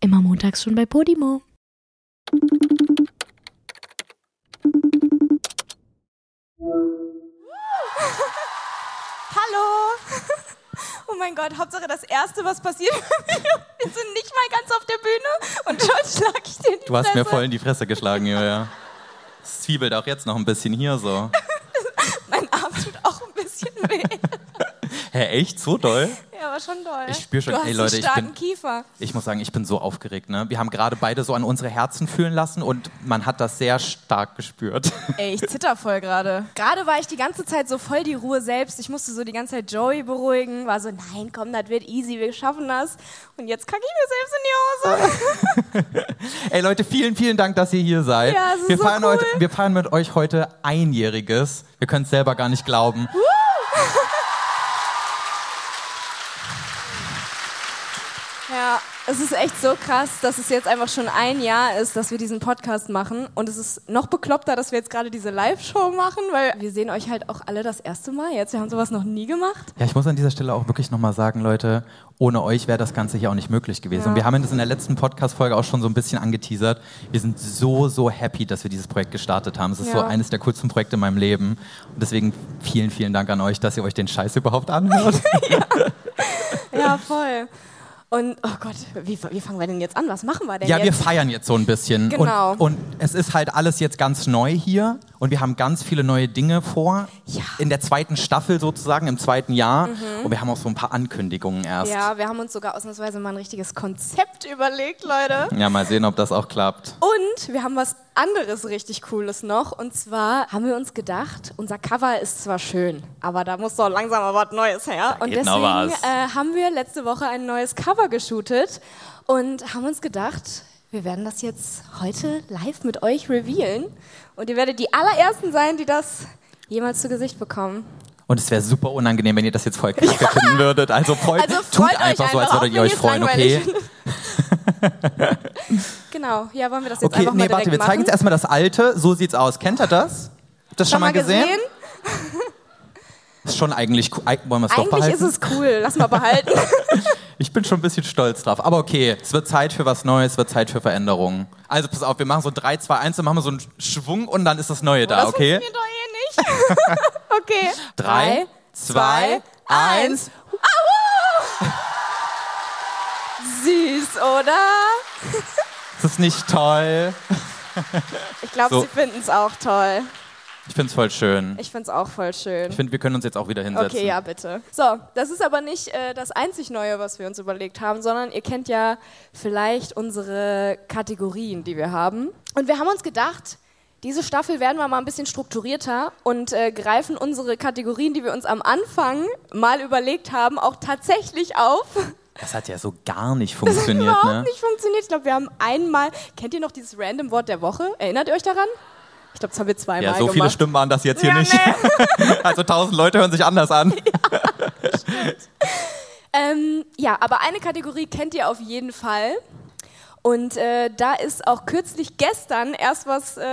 Immer montags schon bei Podimo. Hallo! Oh mein Gott, Hauptsache das Erste, was passiert bei mir. Wir sind nicht mal ganz auf der Bühne und schon schlag ich dir in die Du hast mir Fresse. voll in die Fresse geschlagen, Julia. Es zwiebelt auch jetzt noch ein bisschen hier so. Mein Arm tut auch ein bisschen weh. Hä, echt? So doll? Ja, aber schon doll. Ich spür schon, du hast ey, Leute, einen ich starken bin- Kiefer. Ich muss sagen, ich bin so aufgeregt, ne? Wir haben gerade beide so an unsere Herzen fühlen lassen und man hat das sehr stark gespürt. Ey, ich zitter voll gerade. Gerade war ich die ganze Zeit so voll die Ruhe selbst. Ich musste so die ganze Zeit Joey beruhigen. War so, nein, komm, das wird easy, wir schaffen das. Und jetzt kacke ich mir selbst in die Hose. Ey Leute, vielen, vielen Dank, dass ihr hier seid. Ja, es ist wir, so feiern cool. heute, wir feiern mit euch heute Einjähriges. Wir können es selber gar nicht glauben. Ja, es ist echt so krass, dass es jetzt einfach schon ein Jahr ist, dass wir diesen Podcast machen. Und es ist noch bekloppter, dass wir jetzt gerade diese Live-Show machen, weil wir sehen euch halt auch alle das erste Mal jetzt. Wir haben sowas noch nie gemacht. Ja, ich muss an dieser Stelle auch wirklich nochmal sagen, Leute, ohne euch wäre das Ganze hier auch nicht möglich gewesen. Und wir haben das in der letzten Podcast-Folge auch schon so ein bisschen angeteasert. Wir sind so, so happy, dass wir dieses Projekt gestartet haben. Es ist Ja. so eines der coolsten Projekte in meinem Leben. Und deswegen vielen, vielen Dank an euch, dass ihr euch den Scheiß überhaupt anhört. Ja, voll. Und, oh Gott, wie, wie fangen wir denn jetzt an? Was machen wir denn ja, wir jetzt? feiern jetzt so ein bisschen. Genau. Und, und es ist halt alles jetzt ganz neu hier. Und wir haben ganz viele neue Dinge vor. Ja. Mhm. In der zweiten Staffel sozusagen, im zweiten Jahr. Und wir haben auch so ein paar Ankündigungen erst. ja, wir haben uns sogar ausnahmsweise mal ein richtiges Konzept überlegt, Leute. ja mal sehen, ob das auch klappt. Und wir haben was anderes richtig Cooles noch. Und zwar haben wir uns gedacht, unser Cover ist zwar schön, aber da muss doch langsam mal was Neues her. Und geht deswegen noch was. äh, haben wir letzte Woche ein neues Cover geshootet und haben uns gedacht, wir werden das jetzt heute live mit euch revealen. Und ihr werdet die allerersten sein, die das jemals zu Gesicht bekommen. Und es wäre super unangenehm, wenn ihr das jetzt voll kacke finden würdet. Also, freut, Also freut tut euch einfach so, als einfach, würdet ihr auch euch wenn freuen, ihr es okay? langweilig Genau, ja, wollen wir das jetzt Okay, einfach mal nee, warte, wir direkt zeigen jetzt machen? erstmal das alte. So sieht's aus. Kennt ihr das? Habt ihr Das schon mal gesehen? Ist schon eigentlich cool. Eig- Wollen wir es doch Eigentlich ist behalten? es cool, lass mal behalten. Ich bin schon ein bisschen stolz drauf. Aber okay, es wird Zeit für was Neues, es wird Zeit für Veränderungen. Also pass auf, wir machen so 3, 2, 1, dann machen wir so einen Schwung und dann ist das Neue da, Oh, das okay? funktioniert doch eh nicht. okay. Drei, zwei, eins. Au! Süß, oder? Das ist nicht toll. Ich glaube, So. sie finden es auch toll. Ich find's voll schön. Ich finde es auch voll schön. Ich finde, wir können uns jetzt auch wieder hinsetzen. Okay, ja, bitte. So, das ist aber nicht äh, das einzig Neue, was wir uns überlegt haben, sondern ihr kennt ja vielleicht unsere Kategorien, die wir haben. Und wir haben uns gedacht, diese Staffel werden wir mal ein bisschen strukturierter und äh, greifen unsere Kategorien, die wir uns am Anfang mal überlegt haben, auch tatsächlich auf. Das hat ja so gar nicht Das hat funktioniert, überhaupt ne? nicht funktioniert. Ich glaube, wir haben einmal. Kennt ihr noch dieses random Wort der Woche? Erinnert ihr euch daran? Ich glaube, das haben wir zweimal Ja, so viele gemacht. Stimmen waren das jetzt hier Ja, ne? nicht. also tausend Leute hören sich anders an. Ähm, ja, aber eine Kategorie kennt ihr auf jeden Fall. Und äh, da ist auch kürzlich gestern erst was äh,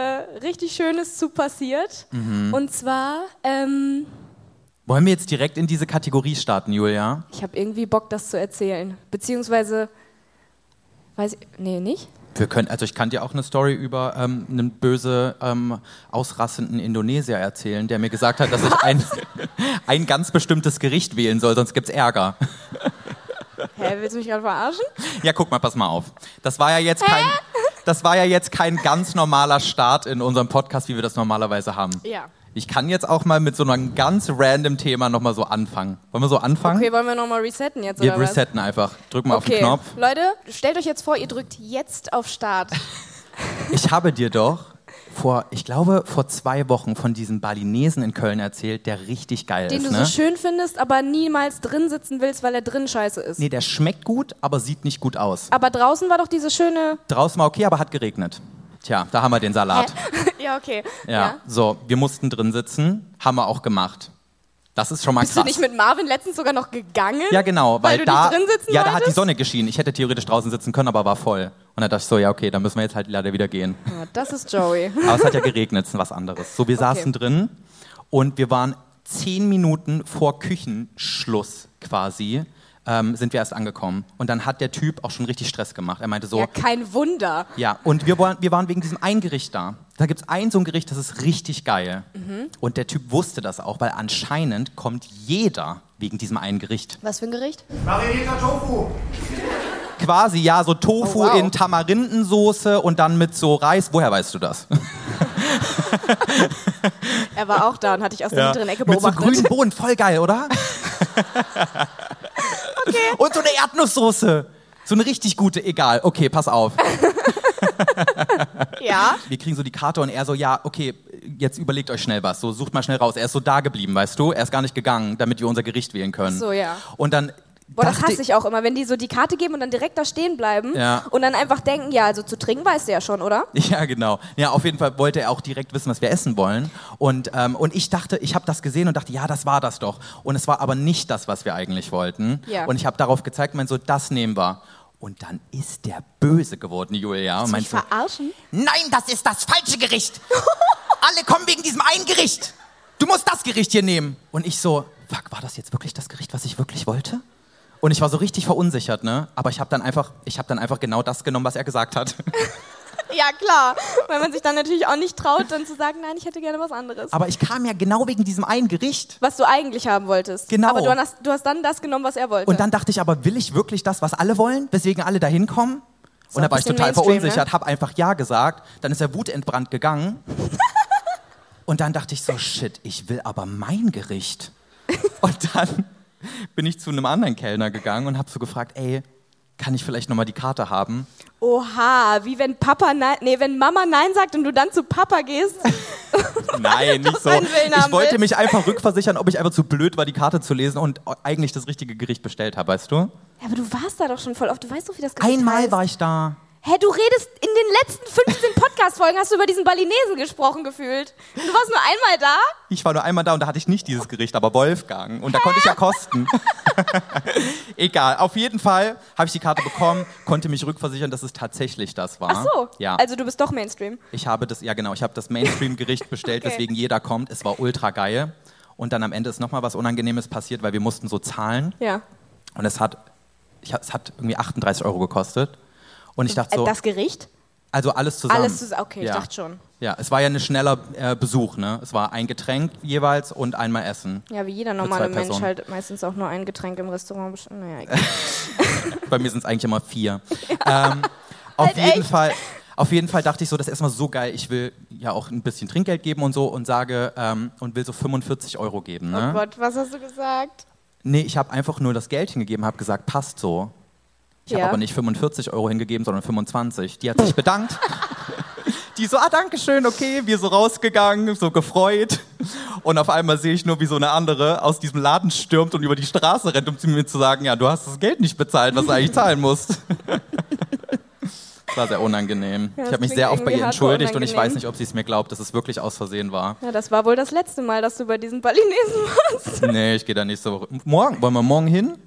richtig Schönes zu passiert. Mhm. Und zwar, ähm, Wollen wir jetzt direkt in diese Kategorie starten, Julia? ich habe irgendwie Bock, das zu erzählen. Beziehungsweise, weiß ich, nee, nicht? Wir können, also ich kann dir auch eine Story über ähm, einen böse ähm, ausrassenden Indonesier erzählen, der mir gesagt hat, dass ich ein, ein ganz bestimmtes Gericht wählen soll, sonst gibt's Ärger. Hä, willst du mich gerade verarschen? Ja, guck mal, pass mal auf. Das war ja jetzt kein, das war ja jetzt kein ganz normaler Start in unserem Podcast, wie wir das normalerweise haben. Ja. Ich kann jetzt auch mal mit so einem ganz random Thema nochmal so anfangen. Wollen wir so anfangen? Okay, wollen wir nochmal resetten jetzt, Wir oder was? resetten einfach. Drück mal Okay, auf den Knopf. Leute, stellt euch jetzt vor, ihr drückt jetzt auf Start. Ich habe dir doch vor, ich glaube, vor zwei Wochen von diesem Balinesen in Köln erzählt, der richtig geil Den ist. du so Ne? schön findest, aber niemals drin sitzen willst, weil er drin scheiße ist. nee, der schmeckt gut, aber sieht nicht gut aus. Aber draußen war doch diese schöne. Draußen war okay, aber hat geregnet. Tja, da haben wir den Salat. ja, okay. Ja, so, wir mussten drin sitzen, haben wir auch gemacht. Das ist schon mal Bist krass. du nicht mit Marvin letztens sogar noch gegangen? ja, genau, weil, du da, nicht drin sitzen ja, da wolltest? hat die Sonne geschienen. Ich hätte theoretisch draußen sitzen können, aber war voll. Und da dachte ich so, ja, okay, dann müssen wir jetzt halt leider wieder gehen. Ah, Das ist Joey. Aber es hat ja geregnet, es ist was anderes. So, wir saßen drin und wir waren zehn Minuten vor Küchenschluss quasi. ähm, sind wir erst angekommen. Und dann hat der Typ auch schon richtig Stress gemacht. Er meinte so, Ja, kein Wunder. ja, und wir waren, wir waren wegen diesem einen Gericht da. Da gibt es ein so ein Gericht, das ist richtig geil. Mhm. Und der Typ wusste das auch, weil anscheinend kommt jeder wegen diesem einen Gericht. Was für ein Gericht? Marinierter Tofu. Quasi, ja, so Tofu Oh, wow. in Tamarindensoße und dann mit so Reis. Woher weißt du das? Er war auch da und hatte ich aus der hinteren Ecke mit so beobachtet. grünen Bohnen, voll geil, oder? Und so eine Erdnusssoße. So eine richtig gute, egal. Okay, pass auf. ja. wir kriegen so die Karte und er so, ja, okay, jetzt überlegt euch schnell was. So, sucht mal schnell raus. Er ist so da geblieben, weißt du? Er ist gar nicht gegangen, damit wir unser Gericht wählen können. Ach so, ja. Und dann. Boah, das dachte- hasse ich auch immer, wenn die so die Karte geben und dann direkt da stehen bleiben Ja. und dann einfach denken, ja, also zu trinken weißt du ja schon, oder? Ja, genau. Ja, auf jeden Fall wollte er auch direkt wissen, was wir essen wollen. Und, ähm, und ich dachte, ich habe das gesehen und dachte, ja, das war das doch. Und es war aber nicht das, was wir eigentlich wollten. Ja. Und ich habe darauf gezeigt, mein so, das nehmen wir. Und dann ist der böse geworden, Julia. Und meint so, verarschen? Nein, das ist das falsche Gericht. Alle kommen wegen diesem einen Gericht. Du musst das Gericht hier nehmen. Und ich so, fuck, war das jetzt wirklich das Gericht, was ich wirklich wollte? Und ich war so richtig verunsichert, ne? Aber ich habe dann einfach, ich habe dann einfach genau das genommen, was er gesagt hat. Ja, klar. Weil man sich dann natürlich auch nicht traut, dann zu sagen, nein, ich hätte gerne was anderes. Aber ich kam ja genau wegen diesem einen Gericht. was du eigentlich haben wolltest. Genau. Aber du hast, du hast dann das genommen, was er wollte. Und dann dachte ich aber, will ich wirklich das, was alle wollen, weswegen alle da hinkommen? Und da ein war ich bisschen total Mainstream, ne? verunsichert, habe einfach Ja gesagt. Dann ist er wutentbrannt gegangen. Und dann dachte ich so, shit, ich will aber mein Gericht. Und dann bin ich zu einem anderen Kellner gegangen und habe so gefragt, ey, kann ich vielleicht nochmal die Karte haben? Oha, wie wenn Papa nein, nee, wenn Mama nein sagt und du dann zu Papa gehst. Äh. Nein, nicht so. einen Willen Ich haben wollte willst. mich einfach rückversichern, ob ich einfach zu blöd war, die Karte zu lesen und eigentlich das richtige Gericht bestellt habe, weißt du? Ja, aber du warst da doch schon voll oft. Du weißt doch, wie das Gericht Einmal heißt. war ich da. Hä, du redest in den letzten 15 Podcast-Folgen hast du über diesen Balinesen gesprochen gefühlt. Und Du warst nur einmal da? Ich war nur einmal da und da hatte ich nicht dieses Gericht, aber Wolfgang. Und da konnte ich ja kosten. Egal, auf jeden Fall habe ich die Karte bekommen, konnte mich rückversichern, dass es tatsächlich das war. Ach so. Ja, Also du bist doch Mainstream. ich habe das, ja genau, ich habe das Mainstream-Gericht bestellt, Okay. weswegen jeder kommt. Es war ultra geil. Und dann am Ende ist nochmal was Unangenehmes passiert, weil wir mussten so zahlen. Ja. Und es hat, ich, hab- es hat irgendwie 38 Euro gekostet. Und ich dachte Äh, so, Das Gericht? also alles zusammen. Alles zusammen. Okay, ich dachte schon. Ja, es war ja ein schneller äh, Besuch, ne? Es war ein Getränk jeweils und einmal Essen. Ja, wie jeder normale normale zwei Mensch Mensch Personen. halt meistens auch nur ein Getränk im Restaurant bestellen. Naja, Bei mir sind es eigentlich immer vier. Ähm, auf, Halt jeden echt? Fall, auf jeden Fall dachte ich so, das ist erstmal so geil. Ich will ja auch ein bisschen Trinkgeld geben und so und sage ähm, und will so 45 Euro geben. Ne? Oh Gott, was hast du gesagt? Nee, ich habe einfach nur das Geld hingegeben, habe gesagt, passt so. Ich Ja. habe aber nicht 45 Euro hingegeben, sondern 25. Die hat sich bedankt. Die so, ah, danke schön, okay, wir so rausgegangen, so gefreut. Und auf einmal sehe ich nur, wie so eine andere aus diesem Laden stürmt und über die Straße rennt, um zu mir zu sagen, ja, du hast das Geld nicht bezahlt, was du eigentlich zahlen musst. Das war sehr unangenehm. ich das habe mich klingt sehr oft bei ihr irgendwie hardcore entschuldigt und ich unangenehm. weiß nicht, ob sie es mir glaubt, dass es wirklich aus Versehen war. Ja, das war wohl das letzte Mal, dass du bei diesen Balinesen warst. Nee, ich gehe da nächste Woche. Morgen, wollen wir morgen hin?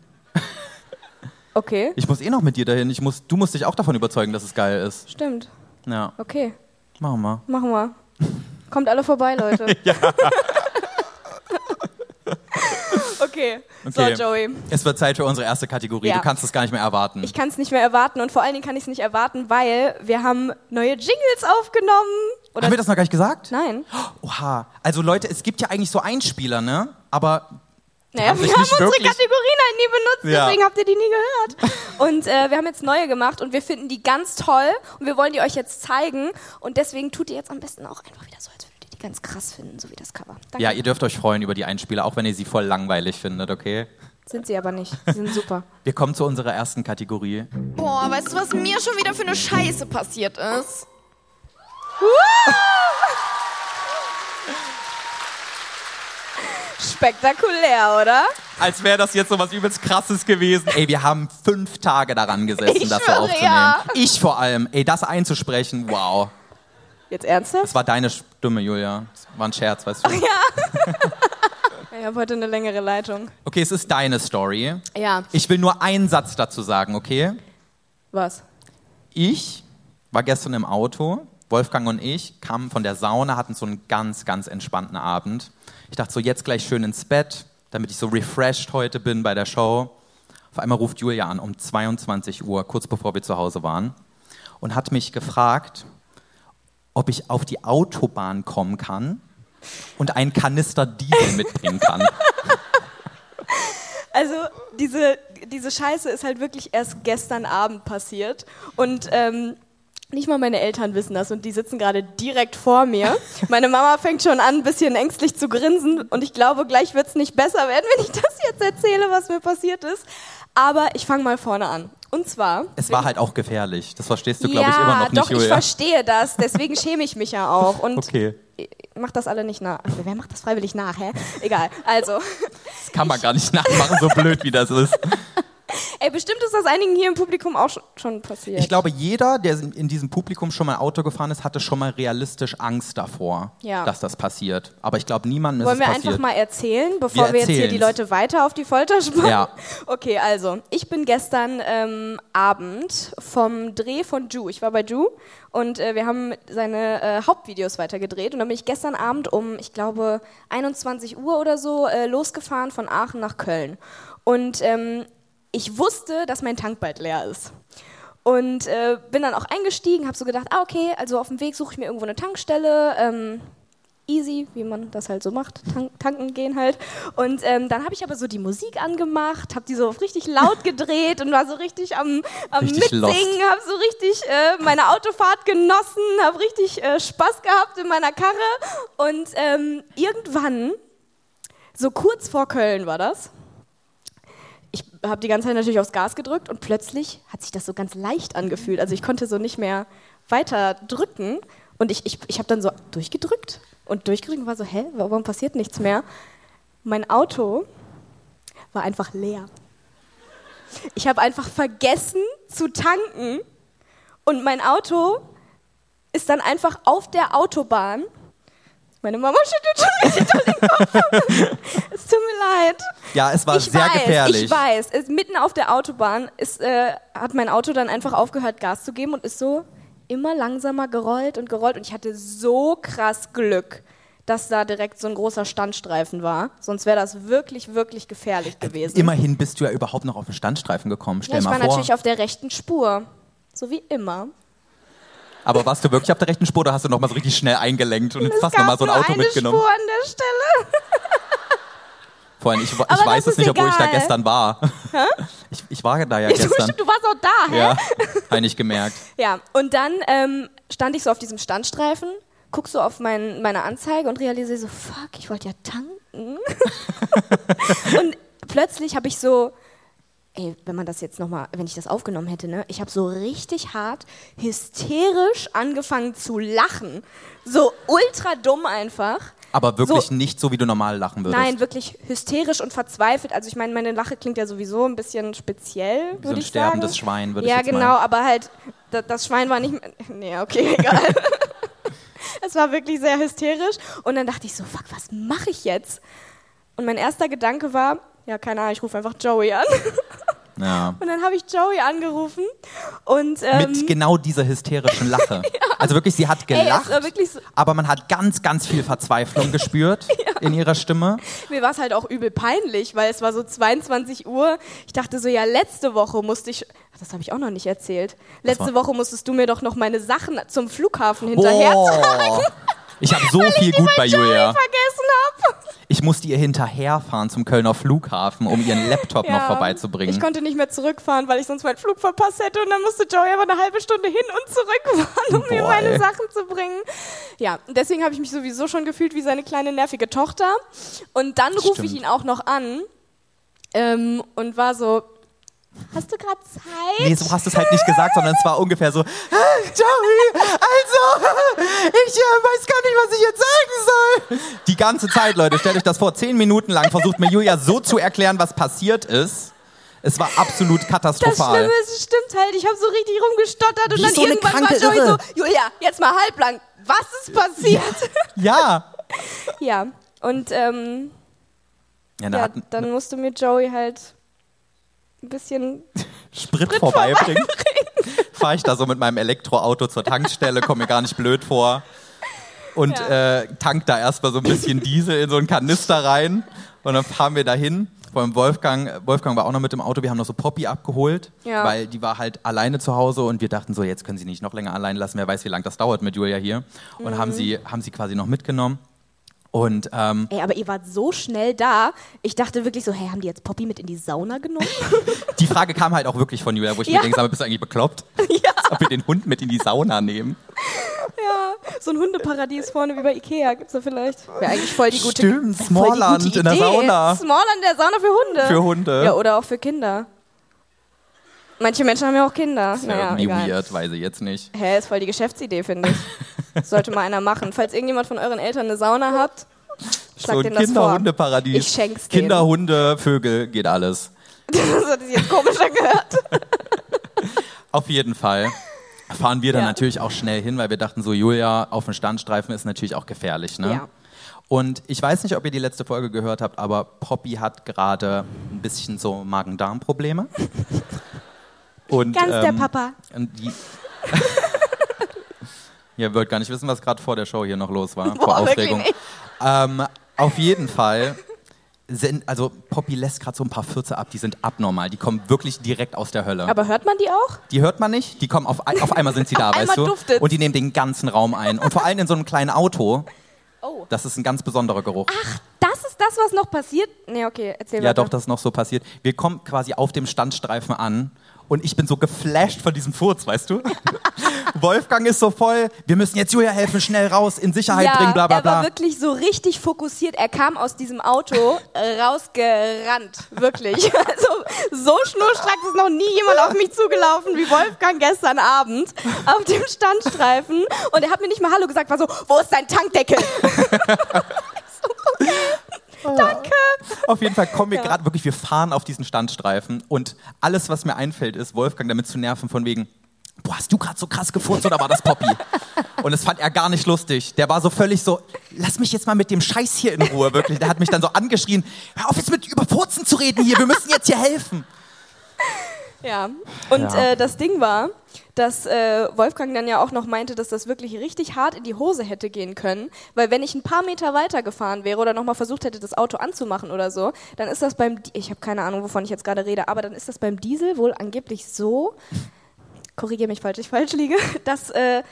Okay, Ich muss eh noch mit dir dahin. Ich muss, du musst dich auch davon überzeugen, dass es geil ist. stimmt. Ja, Okay, machen wir. machen wir. Kommt alle vorbei, Leute. okay. Okay. so Joey. Es wird Zeit für unsere erste Kategorie. Ja. Du kannst es gar nicht mehr erwarten. Ich kann es nicht mehr erwarten und vor allen Dingen kann ich es nicht erwarten, weil wir haben neue Jingles aufgenommen. Oder Haben wir das noch gar nicht gesagt? Nein. Oha. Also Leute, es gibt ja eigentlich so Einspieler, ne? Aber Naja, haben wir sich haben nicht unsere wirklich- Kategorien halt nie benutzt, Ja. deswegen habt ihr die nie gehört. Und äh, wir haben jetzt neue gemacht und wir finden die ganz toll und wir wollen die euch jetzt zeigen. Und deswegen tut ihr jetzt am besten auch einfach wieder so, als würdet ihr die ganz krass finden, so wie das Cover. Danke. ja, ihr dürft euch freuen über die Einspieler, auch wenn ihr sie voll langweilig findet, okay? Sind sie aber nicht. Sie sind super. Wir kommen zu unserer ersten Kategorie. Boah, weißt du, was mir schon wieder für eine Scheiße passiert ist? Spektakulär, oder? Als wäre das jetzt so was übelst krasses gewesen. Ey, wir haben fünf Tage daran gesessen, Ich das so schwöre, aufzunehmen. ja. Ich vor allem. Ey, das einzusprechen, wow. Jetzt ernsthaft? Das war deine Stimme, Julia. Das war ein Scherz, weißt du? Ich habe heute eine längere Leitung. Okay, es ist deine Story. Ja. Ich will nur einen Satz dazu sagen, okay? Was? Ich war gestern im Auto, Wolfgang und ich kamen von der Sauna, hatten so einen ganz, ganz entspannten Abend. Ich dachte so, jetzt gleich schön ins Bett, damit ich so refreshed heute bin bei der Show. Auf einmal ruft Julia an um 22 Uhr, kurz bevor wir zu Hause waren, und hat mich gefragt, ob ich auf die Autobahn kommen kann und einen Kanister Diesel mitbringen kann. Also diese, diese Scheiße ist halt wirklich erst gestern Abend passiert und ähm, nicht mal meine Eltern wissen das und die sitzen gerade direkt vor mir. Meine Mama fängt schon an, ein bisschen ängstlich zu grinsen und ich glaube, gleich wird es nicht besser werden, wenn ich das jetzt erzähle, was mir passiert ist. Aber ich fange mal vorne an. Und zwar... Es war halt auch gefährlich. Das verstehst du, glaube ich, immer noch nicht, doch, ich Julia. verstehe das. Deswegen schäme ich mich ja auch. Und Okay. Macht das alle nicht nach. Wer macht das freiwillig nach, hä? Egal. Also, Das kann man gar nicht nachmachen, so blöd wie das ist. ey, bestimmt ist das einigen hier im Publikum auch schon, schon passiert. Ich glaube, jeder, der in diesem Publikum schon mal Auto gefahren ist, hatte schon mal realistisch Angst davor, Ja. dass das passiert. Aber ich glaube, niemandem ist Wollen es wir passiert. einfach mal erzählen, bevor wir, jetzt hier die erzählen's. Leute weiter auf die Folter spannen? Ja. Okay, also, ich bin gestern ähm, Abend vom Dreh von Ju. Ich war bei Ju und äh, wir haben seine äh, Hauptvideos weitergedreht. Und dann bin ich gestern Abend um, ich glaube, 21 Uhr oder so äh, losgefahren von Aachen nach Köln. Und ähm, ich wusste, dass mein Tank bald leer ist. Und äh, bin dann auch eingestiegen, habe so gedacht, ah okay, also auf dem Weg suche ich mir irgendwo eine Tankstelle, ähm, easy, wie man das halt so macht, Tan tanken gehen halt. Und ähm, dann habe ich aber so die Musik angemacht, habe die so richtig laut gedreht und war so richtig am, am Richtig Mitsingen, lost. habe so richtig äh, meine Autofahrt genossen, habe richtig äh, Spaß gehabt in meiner Karre. Und ähm, irgendwann, so kurz vor Köln war das, ich habe die ganze Zeit natürlich aufs Gas gedrückt und plötzlich hat sich das so ganz leicht angefühlt. Also ich konnte so nicht mehr weiter drücken und ich, ich, ich habe dann so durchgedrückt und durchgedrückt und war so, hä, warum passiert nichts mehr? Mein Auto war einfach leer. Ich habe einfach vergessen zu tanken und mein Auto ist dann einfach auf der Autobahn. Meine Mama schüttelt schon mich hinter den Kopf. es tut mir leid ja, es war ich sehr weiß, gefährlich. Ich weiß, es, mitten auf der Autobahn ist, äh, hat mein Auto dann einfach aufgehört, Gas zu geben und ist so immer langsamer gerollt und gerollt. Und ich hatte so krass Glück, dass da direkt so ein großer Standstreifen war. Sonst wäre das wirklich, wirklich gefährlich gewesen. Immerhin bist du ja überhaupt noch auf den Standstreifen gekommen. ja, Äh, Stell ich war mal vor. natürlich auf der rechten Spur. So wie immer. Aber warst du wirklich auf der rechten Spur oder hast du nochmal so richtig schnell eingelenkt und Es fast nochmal gab so ein nur Auto eine mitgenommen? Spur an der Stelle. Vor allem, ich, ich das weiß es ist nicht, obwohl ich da egal. gestern war. Ich, ich war da ja Du, gestern. stimmt, du warst auch da, hä? Ja, habe ich nicht gemerkt. Ja, und dann ähm, stand ich so auf diesem Standstreifen, guck so auf mein, meine Anzeige und realisiere so, fuck, ich wollte ja tanken. und plötzlich habe ich so, ey, wenn man das jetzt nochmal, wenn ich das aufgenommen hätte, ne, ich habe so richtig hart, hysterisch angefangen zu lachen. So ultra dumm einfach. Aber wirklich So- nicht so, wie du normal lachen würdest. Nein, wirklich hysterisch und verzweifelt. Also ich meine, meine Lache klingt ja sowieso ein bisschen speziell, so würde ein ich sterbendes sagen. Schwein, würde ich Ja, jetzt genau, meinen. aber halt, da, das Schwein war nicht mehr. Nee, okay, egal. es war wirklich sehr hysterisch. Und dann dachte ich so, fuck, was mache ich jetzt? Und mein erster Gedanke war, ja, keine Ahnung, ich rufe einfach Joey an. Ja. Und dann habe ich Joey angerufen und ähm, Mit genau dieser hysterischen Lache. Also wirklich, sie hat ey, gelacht, es war wirklich so, aber man hat ganz, ganz viel Verzweiflung gespürt in ihrer Stimme. Mir war es halt auch übel peinlich, weil es war so 22 Uhr. Ich dachte so, ja, letzte Woche musste ich. Ach, das habe ich auch noch nicht erzählt. Letzte Woche musstest du mir doch noch meine Sachen zum Flughafen hinterher Oh, ich habe so viel gut bei Julia. vergessen habe. Ich musste ihr hinterherfahren zum Kölner Flughafen, um ihren Laptop noch Ich vorbeizubringen. konnte nicht mehr zurückfahren, weil ich sonst meinen Flug verpasst hätte und dann musste Joey aber eine halbe Stunde hin und zurück fahren, um mir Boah, meine ey. Sachen zu bringen. Ja, und deswegen habe ich mich sowieso schon gefühlt wie seine kleine nervige Tochter. Und dann rufe ich ihn Stimmt. auch noch an ähm, und war so, hast du gerade Zeit? Nee, so hast du es halt nicht gesagt, sondern es war ungefähr so, "Ah, Joey, also, ich äh, weiß gar nicht, was ich jetzt sagen soll. Die ganze Zeit, Leute, stellt euch das vor, zehn Minuten lang versucht mir Julia so zu erklären, was passiert ist. Es war absolut Das katastrophal. Schlimme ist, es stimmt halt. Ich habe so richtig rumgestottert und Wie dann so eine irgendwann war kranke Joey Irre. so, Julia, jetzt mal halblang. Was ist passiert? Ja. Ja, und ähm, Ja, da ja, hat dann musste mir Joey halt ein bisschen Sprit, vorbeibringen. Fahre ich da so mit meinem Elektroauto zur Tankstelle, komme mir gar nicht blöd vor. Und äh, tank da erstmal so ein bisschen Diesel in so einen Kanister rein. Und dann fahren wir dahin. Vor allem Wolfgang, Wolfgang war auch noch mit dem Auto. Wir haben noch so Poppy abgeholt, Ja. weil die war halt alleine zu Hause und wir dachten so, jetzt können sie nicht noch länger allein lassen. Wer weiß, wie lange das dauert mit Julia hier. Und haben, sie, haben sie quasi noch mitgenommen. Und ähm, Ey, aber ihr wart so schnell da. Ich dachte wirklich so, hey, haben die jetzt Poppy mit in die Sauna genommen? die Frage kam halt auch wirklich von Julia, wo ich Ja. mir denke, sag mal, bist du eigentlich bekloppt? Als ob wir den Hund mit in die Sauna nehmen. so ein Hundeparadies vorne wie bei Ikea gibt's da vielleicht. Wäre eigentlich voll die gute Stimmt, voll die Smallland gute in der Idee. Sauna. Smallland in der Sauna für Hunde. Für Hunde. Ja, oder auch für Kinder. Manche Menschen haben ja auch Kinder. Wäre naja, irgendwie egal. weird, weiß ich jetzt nicht. Hä, ist voll die Geschäftsidee, finde ich. Sollte mal einer machen. Falls irgendjemand von euren Eltern eine Sauna hat, so schlagt ein denen das vor. Kinderhundeparadies. Ich schenk's denen. Kinder, Hunde, Vögel, geht alles. Das hat sich jetzt komisch angehört. Auf jeden Fall fahren wir dann Ja. natürlich auch schnell hin, weil wir dachten, so Julia auf dem Standstreifen ist natürlich auch gefährlich. Ne? Ja. Und ich weiß nicht, ob ihr die letzte Folge gehört habt, aber Poppy hat gerade ein bisschen so Magen-Darm-Probleme. Und, Ganz der ähm, Papa. und die Ihr wollt gar nicht wissen, was gerade vor der Show hier noch los war, vor wirklich Aufregung. nicht. Ähm, auf jeden Fall sind, also Poppy lässt gerade so ein paar Fürze ab, die sind abnormal, die kommen wirklich direkt aus der Hölle. Aber hört man die auch? Die hört man nicht, die kommen auf, ein- auf einmal sind sie da, Auf weißt einmal du? duftet's. Und die nehmen den ganzen Raum ein. Und vor allem in so einem kleinen Auto. Oh. Das ist ein ganz besonderer Geruch. Das ist das, was noch passiert? Nee, okay, erzähl ja, weiter. doch, das ist noch so passiert. Wir kommen quasi auf dem Standstreifen an und ich bin so geflasht von diesem Furz, weißt du? Wolfgang ist so voll, wir müssen jetzt Julia helfen, schnell raus, in Sicherheit ja, bringen, bla bla er war bla. wirklich so richtig fokussiert. Er kam aus diesem Auto äh, rausgerannt, wirklich. Also so schnurstracks ist noch nie jemand auf mich zugelaufen wie Wolfgang gestern Abend auf dem Standstreifen. Und er hat mir nicht mal Hallo gesagt, war so, wo ist dein Tankdeckel? Auf jeden Fall kommen wir gerade wirklich, wir fahren auf diesen Standstreifen und alles, was mir einfällt, ist, Wolfgang damit zu nerven von wegen, boah, hast du gerade so krass gefurzt oder war das Poppy? und das fand er gar nicht lustig. Der war so völlig so, lass mich jetzt mal mit dem Scheiß hier in Ruhe, wirklich. Der hat mich dann so angeschrien, hör auf jetzt mit über Furzen zu reden hier, wir müssen jetzt hier helfen. Ja, und Ja. Äh, das Ding war, dass äh, Wolfgang dann ja auch noch meinte, dass das wirklich richtig hart in die Hose hätte gehen können, weil wenn ich ein paar Meter weiter gefahren wäre oder nochmal versucht hätte, das Auto anzumachen oder so, dann ist das beim, Di- ich habe keine Ahnung, wovon ich jetzt gerade rede, aber dann ist das beim Diesel wohl angeblich so, korrigiere mich, falls ich falsch liege, dass äh,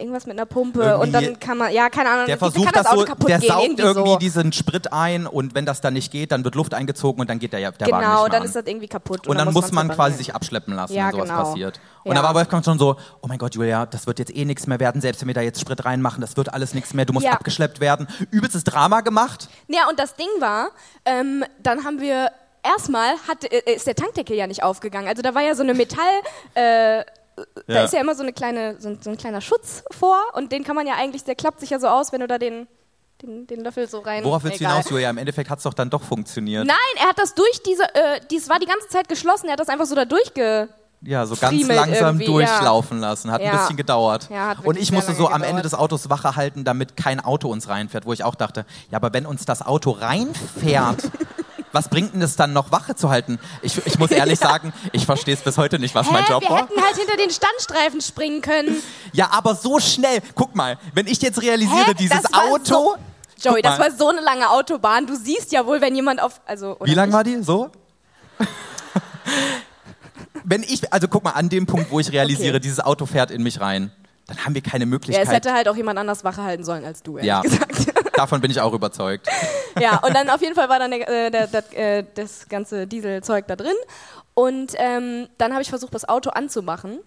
irgendwas mit einer Pumpe und Irgendwie- dann kann man, ja, keine Ahnung, Der kann versucht das das Auto so, kaputt der gehen, saugt irgendwie, irgendwie so. diesen Sprit ein und wenn das dann nicht geht, dann wird Luft eingezogen und dann geht der, ja- der Wagen nicht genau, mehr dann an. ist das irgendwie kaputt. Und dann muss man man's quasi reparieren. sich abschleppen lassen, Ja, wenn sowas genau. passiert. Und Ja. da war Wolfgang schon so, oh mein Gott, Julia, das wird jetzt eh nichts mehr werden, selbst wenn wir da jetzt Sprit reinmachen, das wird alles nichts mehr, du musst Ja. abgeschleppt werden. Übelstes Drama gemacht. Ja, und das Ding war, ähm, dann haben wir erstmal hat, äh, ist der Tankdeckel ja nicht aufgegangen. Also da war ja so eine Metall, äh, da ist ja immer so eine kleine, so ein, so ein kleiner Schutz vor und den kann man ja eigentlich, der klappt sich ja so aus, wenn du da den, den, den Löffel so rein. Worauf willst du Egal. hinaus, Julia? Im Endeffekt hat es doch dann doch funktioniert. Nein, er hat das durch diese, äh, dies war die ganze Zeit geschlossen, er hat das einfach so da durchge. ja, so ganz friemelt langsam irgendwie, durchlaufen lassen. Hat Ja. ein bisschen gedauert. Ja, hat wirklich Und ich sehr musste lange so am gedauert. Ende des Autos Wache halten, damit kein Auto uns reinfährt, wo ich auch dachte, ja, aber wenn uns das Auto reinfährt. Was bringt denn das dann noch, Wache zu halten? Ich, ich muss ehrlich sagen, ich verstehe es bis heute nicht, was mein Hä, Job wir war. hätten halt hinter den Standstreifen springen können. Ja, aber so schnell. Guck mal, wenn ich jetzt realisiere, Hä? dieses Das war Auto. so- Joey, Guck das war mal. so eine lange Autobahn. Du siehst ja wohl, wenn jemand auf. Also, oder Wie lang nicht? war die? So? wenn ich, also guck mal, an dem Punkt, wo ich realisiere, Okay. dieses Auto fährt in mich rein, dann haben wir Ja, keine es Möglichkeit. hätte halt auch jemand anders Wache halten sollen als du, ehrlich Ja. gesagt. Davon bin ich auch überzeugt. ja, und dann auf jeden Fall war dann der, äh, der, der, äh, das ganze Dieselzeug da drin. Und ähm, dann habe ich versucht, das Auto anzumachen.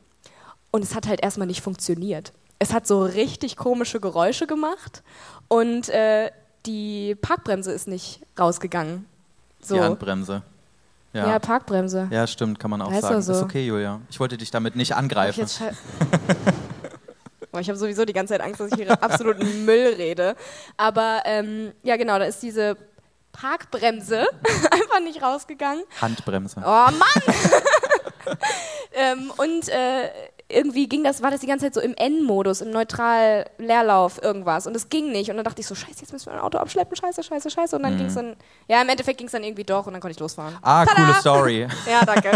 Und es hat halt erstmal nicht funktioniert. Es hat so richtig komische Geräusche gemacht. Und äh, die Parkbremse ist nicht rausgegangen. So. Die Ja, Handbremse. Ja. ja ja. Parkbremse. stimmt, kann man auch Heißt sagen. doch so. Ist okay, Julia. Ich wollte dich damit nicht Hab Ich, angreifen. jetzt schei- Boah, ich habe sowieso die ganze Zeit Angst, dass ich hier absoluten Müll rede. Aber ähm, ja, genau, da ist diese Parkbremse einfach nicht rausgegangen. Handbremse. Oh Mann! ähm, Oh, und äh, irgendwie ging das, war das die ganze Zeit so im N-Modus, im neutral Leerlauf irgendwas und es ging nicht und dann dachte ich so, scheiße, jetzt müssen wir ein Auto abschleppen, scheiße, scheiße, scheiße und dann ging es dann, ja im Endeffekt ging es dann irgendwie doch und dann konnte ich losfahren. Ah, coole Story. Ja, danke.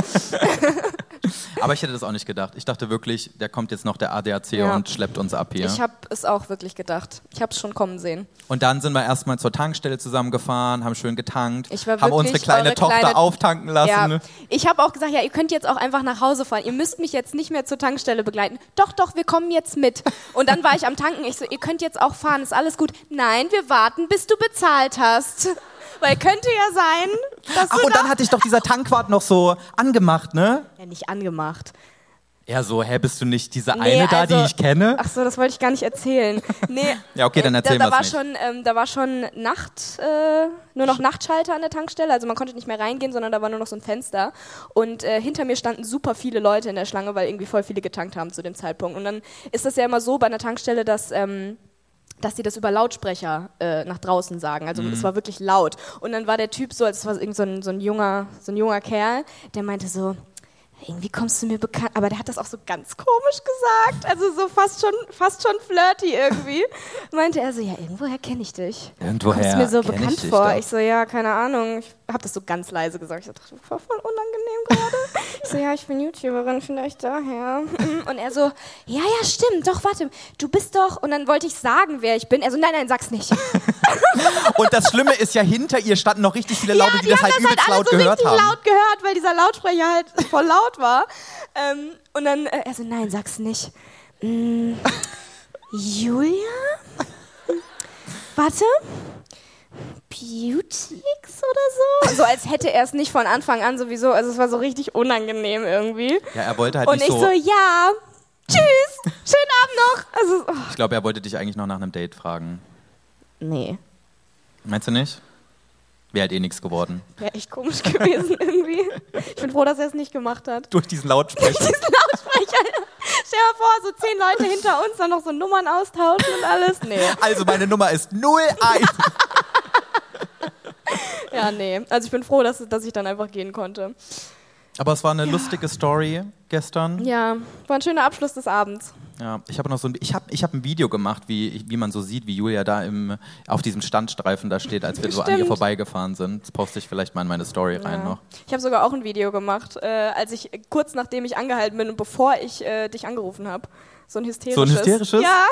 Aber ich hätte das auch nicht gedacht. Ich dachte wirklich, da kommt jetzt noch der ADAC Ja. und schleppt uns ab hier. Ich habe es auch wirklich gedacht. Ich habe es schon kommen sehen. Und dann sind wir erstmal zur Tankstelle zusammengefahren, haben schön getankt, Ich war haben wirklich unsere kleine eure Tochter kleine- auftanken lassen. Ja. Ich habe auch gesagt, ja, ihr könnt jetzt auch einfach nach Hause fahren. Ihr müsst mich jetzt nicht mehr zur Tankstelle begleiten. Doch, doch, wir kommen jetzt mit. Und dann war ich am Tanken. Ich so, ihr könnt jetzt auch fahren, ist alles gut. Nein, wir warten, bis du bezahlt hast. Weil könnte ja sein, dass Ach, du und dann hatte ich doch dieser Tankwart noch so angemacht, ne? ja, nicht angemacht. Ja, so, hä, bist du nicht diese Nee, eine da, die also- ich kenne? Ach so, das wollte ich gar nicht erzählen. Nee. ähm, Ja, okay, dann erzählen da, da war wir's nicht. schon, ähm, Da war schon Nacht, äh, nur noch Nachtschalter an der Tankstelle. Also man konnte nicht mehr reingehen, sondern da war nur noch so ein Fenster. Und äh, hinter mir standen super viele Leute in der Schlange, weil irgendwie voll viele getankt haben zu dem Zeitpunkt. Und dann ist das ja immer so bei einer Tankstelle, dass... Ähm, dass die das über Lautsprecher äh, nach draußen sagen. Also es war wirklich laut. Und dann war der Typ so, als es war irgend so ein, so ein junger, so ein junger Kerl, der meinte so, irgendwie kommst du mir bekannt, aber der hat das auch so ganz komisch gesagt, also so fast schon, fast schon flirty irgendwie. Meinte er so, ja, irgendwoher kenne ich dich. Irgendwoher Kommst du mir so kenn ich bekannt dich vor. doch. Ich so, ja, keine Ahnung. Ich habe das so ganz leise gesagt. Ich dachte, das war voll unangenehm gerade. ich so, ja, ich bin YouTuberin, vielleicht daher. Und er so, ja, ja, stimmt, doch, warte, du bist doch. Und dann wollte ich sagen, wer ich bin. Er so, nein, nein, sag's nicht. Und das Schlimme ist ja, hinter ihr standen noch richtig viele Leute, die, das halt übelst laut alle so gehört richtig haben. laut gehört, weil dieser Lautsprecher halt voll laut war. Ähm, und dann, äh, er so, nein, sag's nicht. Mm, Julia? Warte. Beautix oder so? So als hätte er es nicht von Anfang an sowieso. Also es war so richtig unangenehm irgendwie. Ja, er wollte halt und nicht ich so, so. ja, tschüss, schönen Abend noch. Also, oh, Ich glaube, er wollte dich eigentlich noch nach einem Date fragen. nee. Meinst du nicht? Wäre halt eh nichts geworden. Wäre echt komisch gewesen irgendwie. Ich bin froh, dass er es nicht gemacht hat. Durch diesen Lautsprecher. diesen Lautsprecher. Stell dir mal vor, so zehn Leute hinter uns, dann noch so Nummern austauschen und alles. Nee. also, meine Nummer ist 01. Ja, nee. Also ich bin froh, dass, dass ich dann einfach gehen konnte. Aber es war eine lustige Story gestern. Ja, war ein schöner Abschluss des Abends. Ja, ich habe noch so ein, ich habe ich hab ein Video gemacht, wie, wie man so sieht, wie Julia da im, auf diesem Standstreifen da steht, als wir so an ihr Stimmt. vorbeigefahren sind. Das poste ich vielleicht mal in meine Story rein noch. Ich habe sogar auch ein Video gemacht, äh, als ich kurz nachdem ich angehalten bin und bevor ich äh, dich angerufen habe. So ein hysterisches. So ein hysterisches? Ja,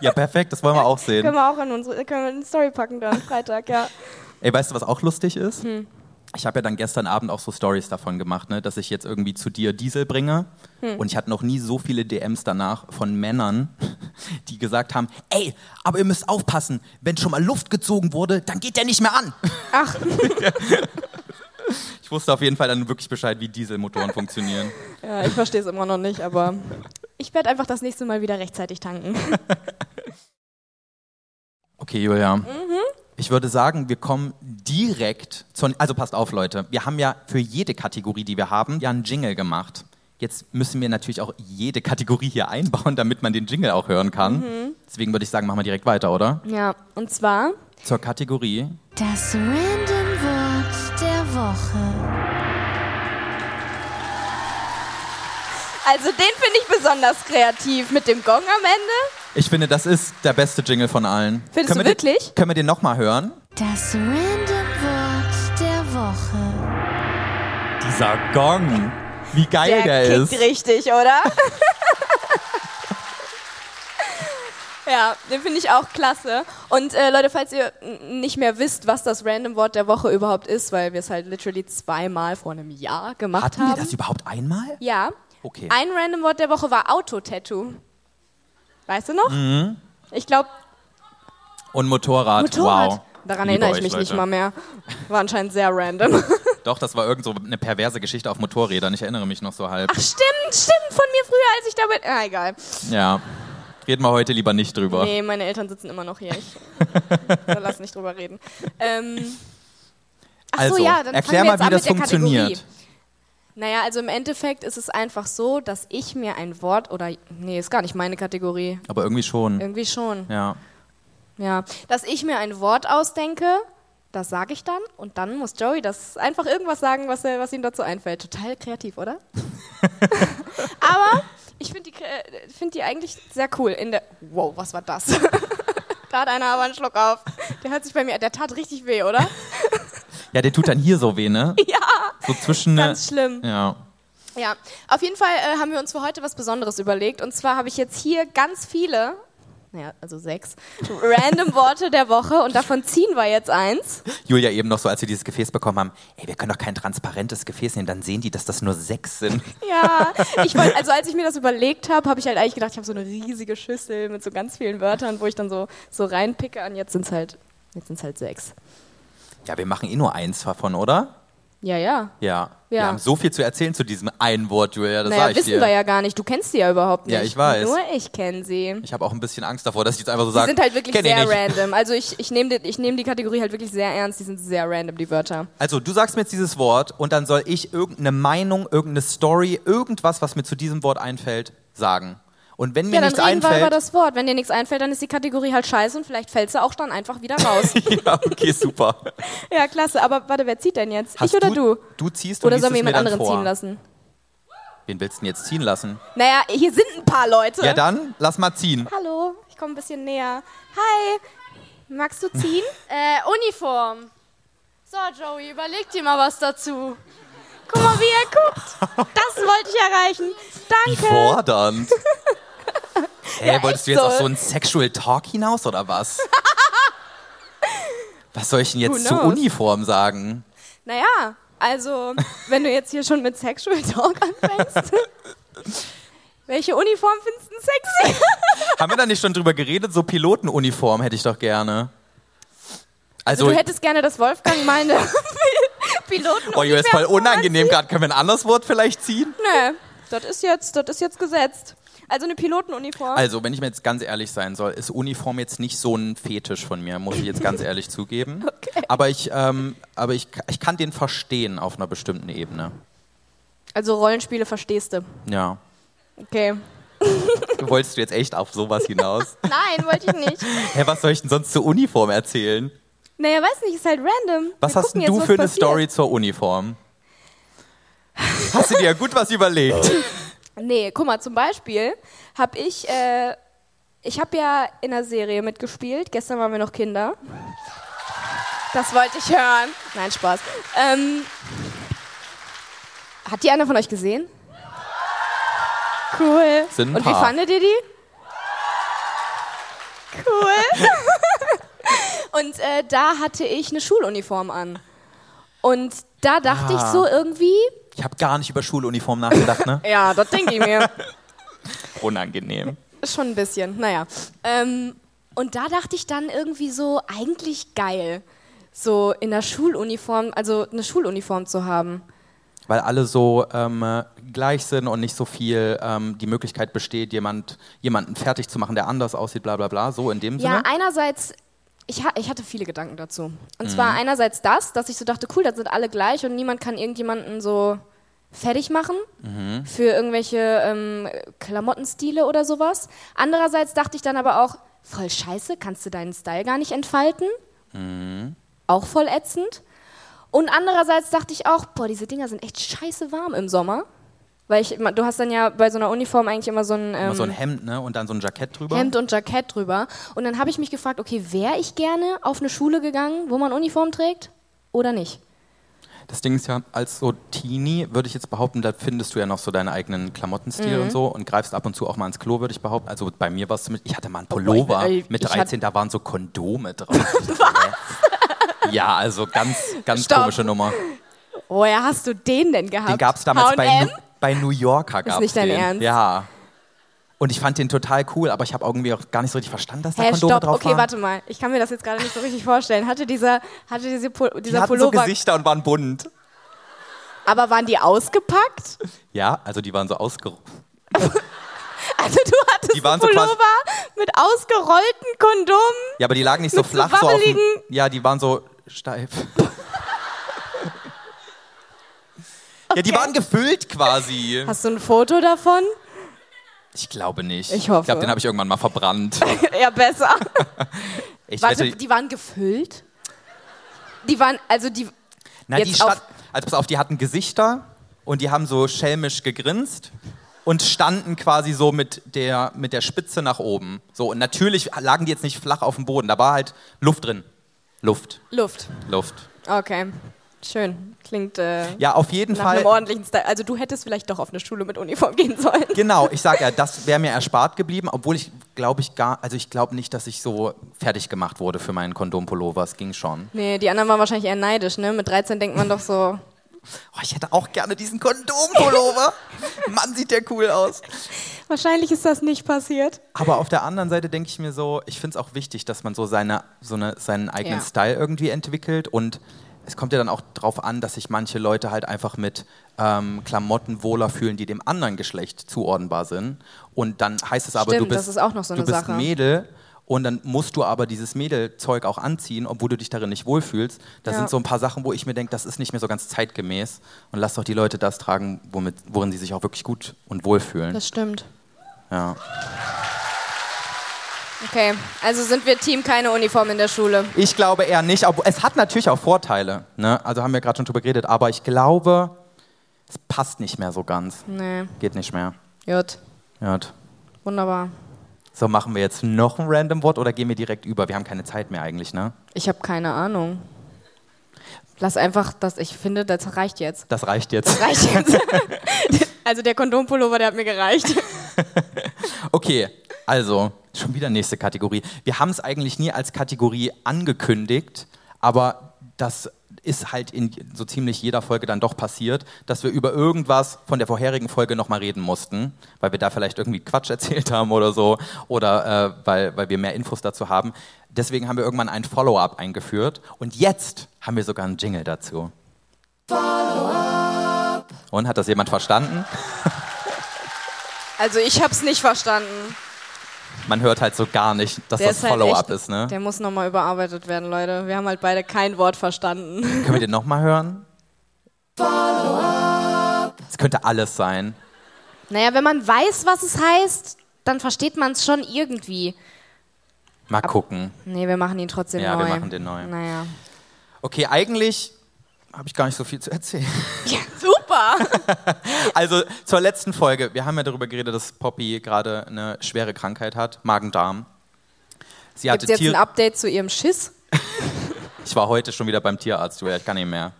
Ja, perfekt, das wollen wir auch sehen. können wir auch in unsere können wir in die Story packen dann, Freitag, ja. Ey, weißt du, was auch lustig ist? Ich habe ja dann gestern Abend auch so Stories davon gemacht, ne, dass ich jetzt irgendwie zu dir Diesel bringe. Und ich hatte noch nie so viele DMs danach von Männern, die gesagt haben: Ey, aber ihr müsst aufpassen, wenn schon mal Luft gezogen wurde, dann geht der nicht mehr an. Ach, Ich wusste auf jeden Fall dann wirklich Bescheid, wie Dieselmotoren funktionieren. ja, ich verstehe es immer noch nicht, aber ich werde einfach das nächste Mal wieder rechtzeitig tanken. Okay, Julia. Mhm. Ich würde sagen, wir kommen direkt zur. Also passt auf, Leute. Wir haben ja für jede Kategorie, die wir haben, ja einen Jingle gemacht. Jetzt müssen wir natürlich auch jede Kategorie hier einbauen, damit man den Jingle auch hören kann. Mhm. Deswegen würde ich sagen, machen wir direkt weiter, oder? Ja, und zwar Zur Kategorie. Das Random Wort der Woche. Also den finde ich besonders kreativ mit dem Gong am Ende. Ich finde, das ist der beste Jingle von allen. Findest können du wir den- wirklich? können wir den nochmal hören? Das Random Wort der Woche. Dieser Gong. Wie geil der, ist. kickt richtig, oder? ja, den finde ich auch klasse. Und äh, Leute, falls ihr n- nicht mehr wisst, was das Random Wort der Woche überhaupt ist, weil wir es halt literally zweimal vor einem Jahr gemacht Hatten wir haben. das überhaupt einmal? ja. Okay. Ein Random Wort der Woche war Autotattoo. Weißt du noch? Mhm. Ich glaube, Und Motorrad. Motorrad. Wow. Daran Liebe erinnere ich euch, mich nicht Leute. mal mehr. War anscheinend sehr random. Doch, das war irgend so eine perverse Geschichte auf Motorrädern. Ich erinnere mich noch so halb. Ach, stimmt, stimmt, von mir früher, als ich damit. Ah, egal. Ja. Reden wir heute lieber nicht drüber. Nee, meine Eltern sitzen immer noch hier. Ich äh, lass nicht drüber reden. Ähm, ach so, also, ja, dann erklär fangen wir mal, jetzt wie an das mit der funktioniert. Kategorie. Naja, also im Endeffekt ist es einfach so, dass ich mir ein Wort oder. Nee, ist gar nicht meine Kategorie. Aber irgendwie schon. Irgendwie schon. Ja. Ja. Dass ich mir ein Wort ausdenke, das sage ich dann und dann muss Joey das einfach irgendwas äh, sagen, was, er, was ihm dazu einfällt. Total kreativ, oder? Aber ich finde die, Kre- finde die eigentlich sehr cool. In der wow, was war das? da hat einer aber einen Schluck auf. Der hat sich bei mir, der tat richtig weh, oder? Ja, der tut dann hier so weh, ne? Ja. So zwischen. Ganz schlimm. Ja. Ja, auf jeden Fall äh, haben wir uns für heute was Besonderes überlegt. Und zwar habe ich jetzt hier ganz viele, naja, also sechs, random Worte der Woche und davon ziehen wir jetzt eins. Julia eben noch so, als wir dieses Gefäß bekommen haben, ey, wir können doch kein transparentes Gefäß nehmen, dann sehen die, dass das nur sechs sind. Ja, ich wollte, also als ich mir das überlegt habe, habe ich halt eigentlich gedacht, ich habe so eine riesige Schüssel mit so ganz vielen Wörtern, wo ich dann so, so reinpicke und jetzt sind es halt, jetzt sind's halt sechs. Ja, wir machen eh nur eins davon, oder? Ja, ja. Ja. Wir Ja. haben so viel zu erzählen zu diesem einen Wort, Julia, das sag Naja, ich wissen dir. wir ja gar nicht. Du kennst die ja überhaupt nicht. Ja, ich weiß. Nur ich kenne sie. Ich habe auch ein bisschen Angst davor, dass ich jetzt einfach so Die sage. sind halt wirklich kenn ich sehr nicht. random. Also ich, ich nehme die, ich nehm die Kategorie halt wirklich sehr ernst. Die sind sehr random, die Wörter. Also, du sagst mir jetzt dieses Wort und dann soll ich irgendeine Meinung, irgendeine Story, irgendwas, was mir zu diesem Wort einfällt, sagen. Und wenn mir Ja, dann nichts reden wir über einfällt. das Wort. Wenn dir nichts einfällt, dann ist die Kategorie halt scheiße und vielleicht fällst du auch dann einfach wieder raus. ja, okay, super. ja, klasse. Aber warte, wer zieht denn jetzt? Hast ich oder du? Du ziehst und Oder liest sollen wir es mir jemand dann anderen vor. ziehen lassen? Wen willst du denn jetzt ziehen lassen? Naja, hier sind ein paar Leute. Ja, dann lass mal ziehen. Hallo, ich komme ein bisschen näher. Hi, magst du ziehen? Äh, Uniform. So, Joey, überleg dir mal was dazu. Guck mal, wie er guckt. Das wollte ich erreichen. Wie Danke. fordernd. Hey, wolltest du echt jetzt auf so. so einen Sexual Talk hinaus oder was? was soll ich denn Who jetzt zur knows? Uniform sagen? Naja, also, wenn du jetzt hier schon mit Sexual Talk anfängst. Welche Uniform findest du denn sexy? Haben wir da nicht schon drüber geredet? So Pilotenuniform hätte ich doch gerne. Also, Also, du hättest gerne, dass Wolfgang meine Piloten. oh, Junge, ist voll unangenehm gerade. Können wir ein anderes Wort vielleicht ziehen? Nö, das ist jetzt, das ist jetzt gesetzt. Also eine Pilotenuniform. Also, wenn ich mir jetzt ganz ehrlich sein soll, ist Uniform jetzt nicht so ein Fetisch von mir, muss ich jetzt ganz ehrlich zugeben. Okay. Aber, ich, ähm, aber ich, ich kann den verstehen auf einer bestimmten Ebene. Also Rollenspiele verstehst du. Ja. Okay. Wolltest du jetzt echt auf sowas hinaus? Nein, wollte ich nicht. Hä, was soll ich denn sonst zur Uniform erzählen? Naja, weiß nicht, ist halt random. Was Wir hast gucken denn du jetzt, was für eine passiert. Story zur Uniform? Hast du dir ja gut was überlegt? Nee, guck mal, zum Beispiel habe ich, äh, ich habe ja in einer Serie mitgespielt. Gestern waren wir noch Kinder. Das wollte ich hören. Nein, Spaß. Ähm, hat die einer von euch gesehen? Cool. Sind ein Und wie paar. fandet ihr die? Cool. Und äh, da hatte ich eine Schuluniform an. Und da dachte ich Ah. so irgendwie, Ich habe gar nicht über Schuluniform nachgedacht, ne? ja, das denke ich mir. Unangenehm. Schon ein bisschen, naja. Ähm, und da dachte ich dann irgendwie so, eigentlich geil, so in der Schuluniform, also eine Schuluniform zu haben. Weil alle so ähm, äh, gleich sind und nicht so viel ähm, die Möglichkeit besteht, jemand, jemanden fertig zu machen, der anders aussieht, bla bla bla. So in dem Ja, Sinne. einerseits, ich, ha ich hatte viele Gedanken dazu. Und Mhm. zwar einerseits das, dass ich so dachte, cool, das sind alle gleich und niemand kann irgendjemanden so fertig machen Mhm. für irgendwelche ähm, Klamottenstile oder sowas. Andererseits dachte ich dann aber auch, voll scheiße, kannst du deinen Style gar nicht entfalten. Mhm. Auch voll ätzend. Und andererseits dachte ich auch, boah, diese Dinger sind echt scheiße warm im Sommer. Weil ich, du hast dann ja bei so einer Uniform eigentlich immer so ein, ähm, Immer so ein Hemd, ne? Und dann so ein Jackett drüber. Hemd und Jackett drüber. Und dann habe ich mich gefragt, okay, wäre ich gerne auf eine Schule gegangen, wo man Uniform trägt oder nicht? Das Ding ist ja, als so Teenie würde ich jetzt behaupten, da findest du ja noch so deinen eigenen Klamottenstil Mhm. und so und greifst ab und zu auch mal ins Klo, würde ich behaupten. Also bei mir war es zumindest, ich hatte mal einen Pullover ich- ich- mit ich 13, da waren so Kondome drauf. ja, also ganz, ganz Stopp. komische Nummer. Woher hast du den denn gehabt? Den gab es damals bei, H&M? nu bei New Yorker. Gab's nicht dein den. Ernst? Ja. Und ich fand den total cool, aber ich habe irgendwie auch gar nicht so richtig verstanden, dass da Hä, Kondome stopp, drauf okay, waren. warte mal. Ich kann mir das jetzt gerade nicht so richtig vorstellen. Hatte dieser, hatte diese Pul Die dieser hatten so Pullover. Gesichter und waren bunt. aber waren die ausgepackt? Ja, also die waren so ausgerufen. Also du hattest Die waren so einen quasi- Pullover mit ausgerollten Kondomen. Ja, aber die lagen nicht so Mit so flach. So auf dem, wabbeligen- ja, die waren so steif. Ja, die waren gefüllt quasi. Hast du ein Foto davon? Ich glaube nicht. Ich hoffe. Ich glaube, den habe ich irgendwann mal verbrannt. ja, besser. Ich Warte, wette, die waren gefüllt? Die waren, also die, na, die jetzt Stadt, auf- also pass auf, die hatten Gesichter und die haben so schelmisch gegrinst und standen quasi so mit der, mit der Spitze nach oben. So, und natürlich lagen die jetzt nicht flach auf dem Boden, da war halt Luft drin. Luft, Luft. Luft. Okay. Schön. Klingt äh, Ja, auf jeden nach Fall. einem ordentlichen Style. Also du hättest vielleicht doch auf eine Schule mit Uniform gehen sollen. Genau, ich sage ja, das wäre mir erspart geblieben, obwohl ich glaube ich gar, also ich glaube nicht, dass ich so fertig gemacht wurde für meinen Kondompullover. Es ging schon. Nee, die anderen waren wahrscheinlich eher neidisch, ne? Mit 13 denkt man doch so, Oh, ich hätte auch gerne diesen Kondompullover. Mann, sieht der cool aus. wahrscheinlich ist das nicht passiert. Aber auf der anderen Seite denke ich mir so, ich finde es auch wichtig, dass man so, seine, so eine, seinen eigenen Ja. Style irgendwie entwickelt. Und es kommt ja dann auch drauf an, dass sich manche Leute halt einfach mit ähm, Klamotten wohler fühlen, die dem anderen Geschlecht zuordnenbar sind. Und dann heißt es aber, Stimmt, du das bist, ist auch noch so du eine bist Sache. ein Mädel. Und dann musst du aber dieses Mädelzeug auch anziehen, obwohl du dich darin nicht wohlfühlst. Das Ja. sind so ein paar Sachen, wo ich mir denke, das ist nicht mehr so ganz zeitgemäß. Und lass doch die Leute das tragen, womit, worin sie sich auch wirklich gut und wohlfühlen. Das stimmt. Ja. Okay, also sind wir Team keine Uniform in der Schule. Ich glaube eher nicht. obwohl- Es hat natürlich auch Vorteile. Ne? Also haben wir gerade schon drüber geredet. Aber ich glaube, es passt nicht mehr so ganz. Nee, Geht nicht mehr. gut. Gut. Wunderbar. So, machen wir jetzt noch ein random Wort oder gehen wir direkt über? Wir haben keine Zeit mehr eigentlich, ne? Ich habe keine Ahnung. Lass einfach das, ich finde, das reicht jetzt. Das reicht jetzt. Reicht jetzt. also der Kondompullover, der hat mir gereicht. Okay, also, schon wieder nächste Kategorie. Wir haben es eigentlich nie als Kategorie angekündigt, aber das ist halt in so ziemlich jeder Folge dann doch passiert, dass wir über irgendwas von der vorherigen Folge nochmal reden mussten, weil wir da vielleicht irgendwie Quatsch erzählt haben oder so oder äh, weil, weil wir mehr Infos dazu haben. Deswegen haben wir irgendwann ein Follow-up eingeführt und jetzt haben wir sogar einen Jingle dazu. Und hat das jemand verstanden? Also ich hab's nicht verstanden. Man hört halt so gar nicht, dass das halt Follow-up ist, ne? Der muss nochmal überarbeitet werden, Leute. Wir haben halt beide kein Wort verstanden. Können wir den nochmal hören? Es könnte alles sein. Naja, wenn man weiß, was es heißt, dann versteht man es schon irgendwie. Mal gucken. Nee, wir machen ihn trotzdem Ja, neu. wir machen den neu. Naja. Okay, eigentlich habe ich gar nicht so viel zu erzählen. Super! Also zur letzten Folge. Wir haben ja darüber geredet, dass Poppy gerade eine schwere Krankheit hat, Magen-Darm. Sie hatte Gibt's jetzt ein Tier. Update zu ihrem Schiss? Ich war heute schon wieder beim Tierarzt, Julia. Ich kann nicht mehr.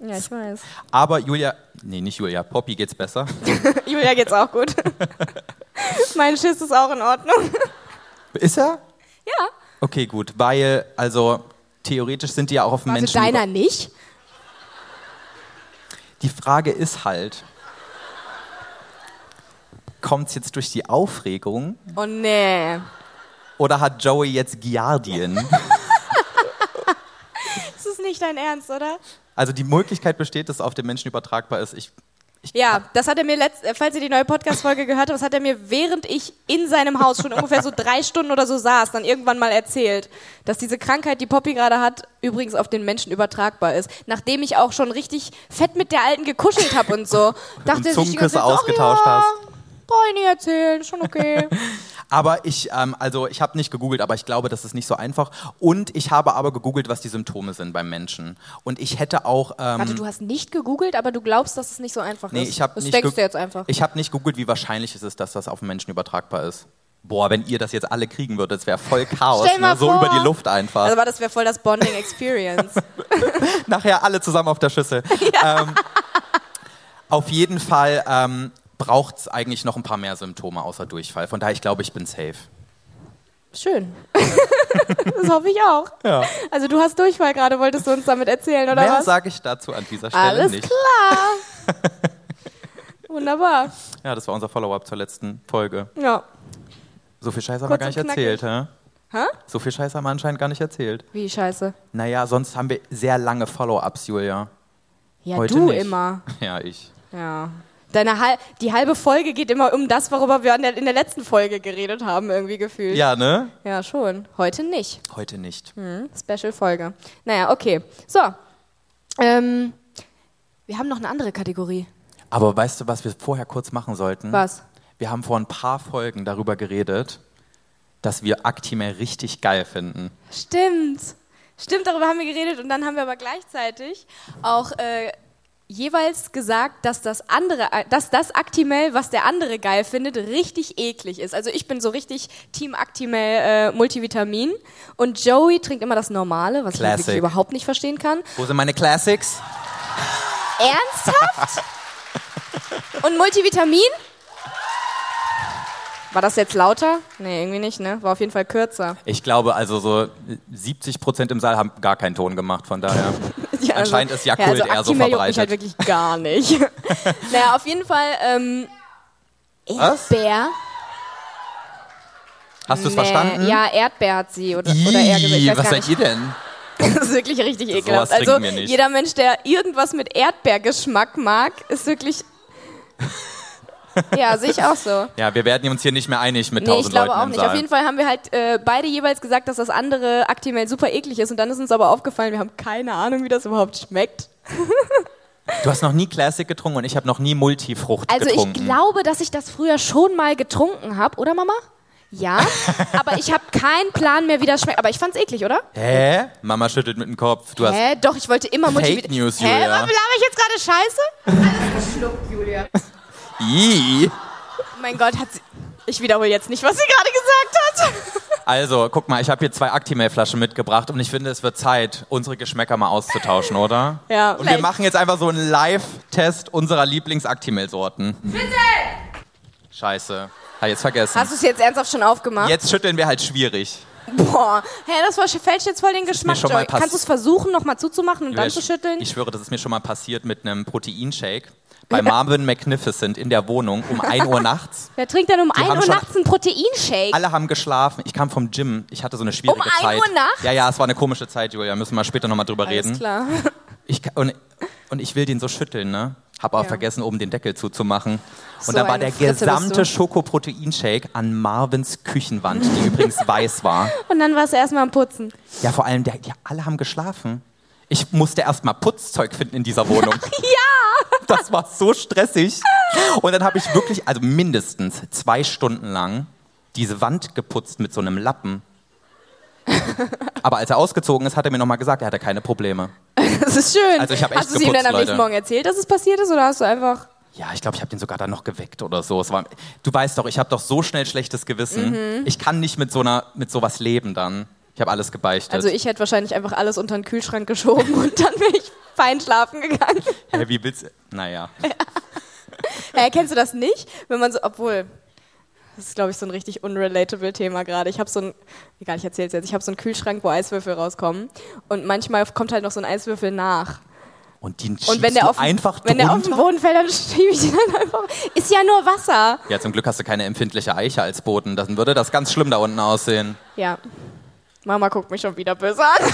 Ja, ich weiß. Aber Julia, nee, nicht Julia. Poppy geht's besser. Julia geht's auch gut. mein Schiss ist auch in Ordnung. Ist er? Ja. Okay, gut, weil also theoretisch sind die ja auch auf den Also Menschen. deiner nicht? Die Frage ist halt, kommt es jetzt durch die Aufregung Oh nee. oder hat Joey jetzt Giardien? Das ist nicht dein Ernst, oder? Also die Möglichkeit besteht, dass es auf den Menschen übertragbar ist. Ich, Ja, das hat er mir letzt, äh, falls ihr die neue Podcast-Folge gehört habt, das hat er mir, während ich in seinem Haus schon ungefähr so drei Stunden oder so saß, dann irgendwann mal erzählt, dass diese Krankheit, die Poppy gerade hat, übrigens auf den Menschen übertragbar ist. Nachdem ich auch schon richtig fett mit der Alten gekuschelt habe und so, dachte und ich, Zungenküsse ausgetauscht "Oh ja, hast. Brauche ich nicht erzählen, schon okay. Aber ich, ähm, also ich habe nicht gegoogelt, aber ich glaube, das ist nicht so einfach. Und ich habe aber gegoogelt, was die Symptome sind beim Menschen. Und ich hätte auch, ähm, Warte, du hast nicht gegoogelt, aber du glaubst, dass es nicht so einfach nee, ist. ich habe das nicht, denkst ge- du jetzt einfach. ich habe nicht gegoogelt, wie wahrscheinlich es ist, dass das auf den Menschen übertragbar ist. Boah, wenn ihr das jetzt alle kriegen würdet, das wäre voll Chaos. Stell mal ne? So vor. über die Luft einfach. also, aber das wäre voll das Bonding-Experience. nachher alle zusammen auf der Schüssel. Ähm, auf jeden Fall ähm, braucht es eigentlich noch ein paar mehr Symptome außer Durchfall. Von daher, ich glaube, ich bin safe. Schön. das hoffe ich auch. Ja. Also du hast Durchfall gerade, wolltest du uns damit erzählen, oder Mehr was? sage ich dazu an dieser Stelle Alles nicht. klar. Wunderbar. Ja, das war unser Follow-up zur letzten Folge. Ja. So viel Scheiß haben wir Kurz gar nicht und knackig. erzählt, hä? Hä? So viel Scheiß haben wir anscheinend gar nicht erzählt. Wie scheiße. Naja, sonst haben wir sehr lange Follow-ups, Julia. Ja, Heute du nicht. immer. Ja, ich. Ja. Deine Hal die halbe Folge geht immer um das, worüber wir an der, in der letzten Folge geredet haben, irgendwie gefühlt. Ja, ne? ja schon. Heute nicht. Heute nicht. Hm. Special-Folge. Naja, okay. So. Ähm, wir haben noch eine andere Kategorie. Aber weißt du, was wir vorher kurz machen sollten? Was? Wir haben vor ein paar Folgen darüber geredet, dass wir Actimel richtig geil finden. Stimmt. Stimmt, darüber haben wir geredet und dann haben wir aber gleichzeitig auch äh, jeweils gesagt, dass das andere, äh, dass das Actimel, was der andere geil findet, richtig eklig ist. Also ich bin so richtig Team Actimel äh, Multivitamin und Joey trinkt immer das Normale, was ich Classic. wirklich überhaupt nicht verstehen kann. Wo sind meine Classics? Ernsthaft? Und Multivitamin? War das jetzt lauter? Nee, irgendwie nicht, ne? War auf jeden Fall kürzer. Ich glaube, also so 70 Prozent im Saal haben gar keinen Ton gemacht, von daher. Ja, Anscheinend ist Yakult also eher so Actimel juckt mich verbreitet. halt wirklich gar nicht. naja, auf jeden Fall, ähm, Was? Erdbeer. Hast du es verstanden? Ja, Erdbeer hat sie oder, Ih, oder er gesagt. Ich weiß was gar seid nicht. ihr denn? Das ist wirklich richtig ekelhaft. trinken Also wir nicht. jeder Mensch, der irgendwas mit Erdbeergeschmack mag, ist wirklich. ja, sehe ich auch so. Ja, wir werden uns hier nicht mehr einig mit Nee, ich tausend glaube Leuten auch im nicht. Saal. Auf jeden Fall haben wir halt äh, beide jeweils gesagt, dass das andere Actimel super eklig ist. Und dann ist uns aber aufgefallen, wir haben keine Ahnung, wie das überhaupt schmeckt. Du hast noch nie Classic getrunken und ich habe noch nie Multifrucht Also getrunken. ich glaube, dass ich das früher schon mal getrunken habe, oder Mama? Ja, aber ich habe keinen Plan mehr, wie das schmeckt. Aber ich fand's eklig, oder? Hä? Mama schüttelt mit dem Kopf. Du hast Hä? Doch, ich wollte immer Fake motiviert. News, Hä? Julia. Laber ich jetzt gerade Scheiße? Ih. Oh mein Gott, hat sie. Ich wiederhole jetzt nicht, was sie gerade gesagt hat. Also, guck mal, ich habe hier zwei Actimel-Flaschen mitgebracht und ich finde, es wird Zeit, unsere Geschmäcker mal auszutauschen, oder? Ja, Und wir vielleicht. machen jetzt einfach so einen Live-Test unserer Lieblings-Actimel-Sorten. Bitte! Scheiße. Hab jetzt vergessen. Hast du es jetzt ernsthaft schon aufgemacht? Jetzt schütteln wir halt schwierig. Boah, hä, das verfälscht jetzt voll den ist mir Geschmack. schon mal Joey. pass- Kannst du es versuchen, nochmal zuzumachen und dann zu schütteln? Ich schwöre, das ist mir schon mal passiert mit einem Proteinshake bei Marvin Magnificent in der Wohnung um 1 Uhr nachts. Wer trinkt denn um 1 haben Uhr schon- nachts einen Proteinshake? Alle haben geschlafen. Ich kam vom Gym. Ich hatte so eine schwierige Um 1 Zeit. Uhr nachts? Ja, ja, es war eine komische Zeit, Julia. Müssen wir später nochmal drüber reden. Alles klar. Ich, ka- und, und ich will den so schütteln, ne? Hab aber Ja. vergessen, oben den Deckel zuzumachen. So und da war eine der Fritze bist gesamte du. Schokoproteinshake an Marvins Küchenwand, die übrigens weiß war. Und dann warst du erstmal am Putzen. Ja, vor allem, der, die alle haben geschlafen. Ich musste erstmal Putzzeug finden in dieser Wohnung. Ja! Das war so stressig. Und dann habe ich wirklich, also mindestens zwei Stunden lang, diese Wand geputzt mit so einem Lappen. Aber als er ausgezogen ist, hat er mir nochmal gesagt, er hatte keine Probleme. Das ist schön. Also ich hab echt hast du es ihm dann geputzt, am nächsten Leute. Morgen erzählt, dass es passiert ist? Oder hast du einfach. Ja, ich glaube, ich habe den sogar dann noch geweckt oder so. Es war, du weißt doch, ich habe doch so schnell schlechtes Mhm. Gewissen. Ich kann nicht mit so einer, mit sowas leben dann. Ich habe alles gebeichtet. Also ich hätte wahrscheinlich einfach alles unter den Kühlschrank geschoben und dann bin ich fein schlafen gegangen. Hä, wie willst Naja. Hä, kennst du das nicht? Wenn man so, obwohl, das ist, glaube ich, so ein richtig unrelatable Thema gerade. Ich habe so ein, egal, ich erzähle es jetzt, ich habe so einen Kühlschrank, wo Eiswürfel rauskommen und manchmal kommt halt noch so ein Eiswürfel nach. Und den schiebst Und wenn der du auf, einfach wenn der auf den drunter? Boden fällt, dann schiebe ich ihn dann einfach. Ist ja nur Wasser. Ja, zum Glück hast du keine empfindliche Eiche als Boden. Dann würde das ganz schlimm da unten aussehen. Ja. Mama guckt mich schon wieder böse an.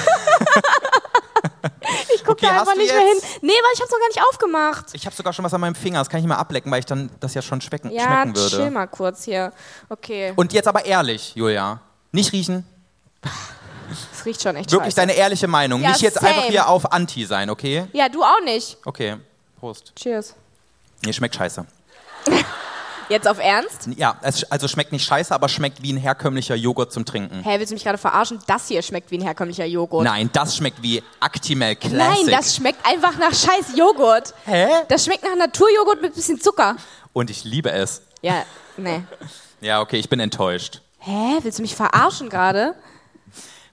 ich gucke Okay, da hast einfach du nicht mehr hin. jetzt? Nee, weil ich habe es noch gar nicht aufgemacht. Ich habe sogar schon was an meinem Finger. Das kann ich mal ablecken, weil ich dann das ja schon schmecken, Ja, schmecken würde. chill mal kurz hier. Okay, Und jetzt aber ehrlich, Julia. Nicht riechen. es riecht schon echt Wirklich scheiße. deine ehrliche Meinung. Ja, nicht jetzt same. einfach hier auf Anti sein, okay? Ja, du auch nicht. Okay. Prost. Cheers. Nee, schmeckt scheiße. Jetzt auf Ernst? Ja, es, sch- also schmeckt nicht scheiße, aber schmeckt wie ein herkömmlicher Joghurt zum Trinken. Hä, willst du mich gerade verarschen? Das hier schmeckt wie ein herkömmlicher Joghurt. Nein, das schmeckt wie Actimel Classic. Nein, das schmeckt einfach nach scheiß Joghurt. Hä? Das schmeckt nach Naturjoghurt mit bisschen Zucker. Und ich liebe es. Ja, nee. Ja, okay, ich bin enttäuscht. Hä, willst du mich verarschen gerade?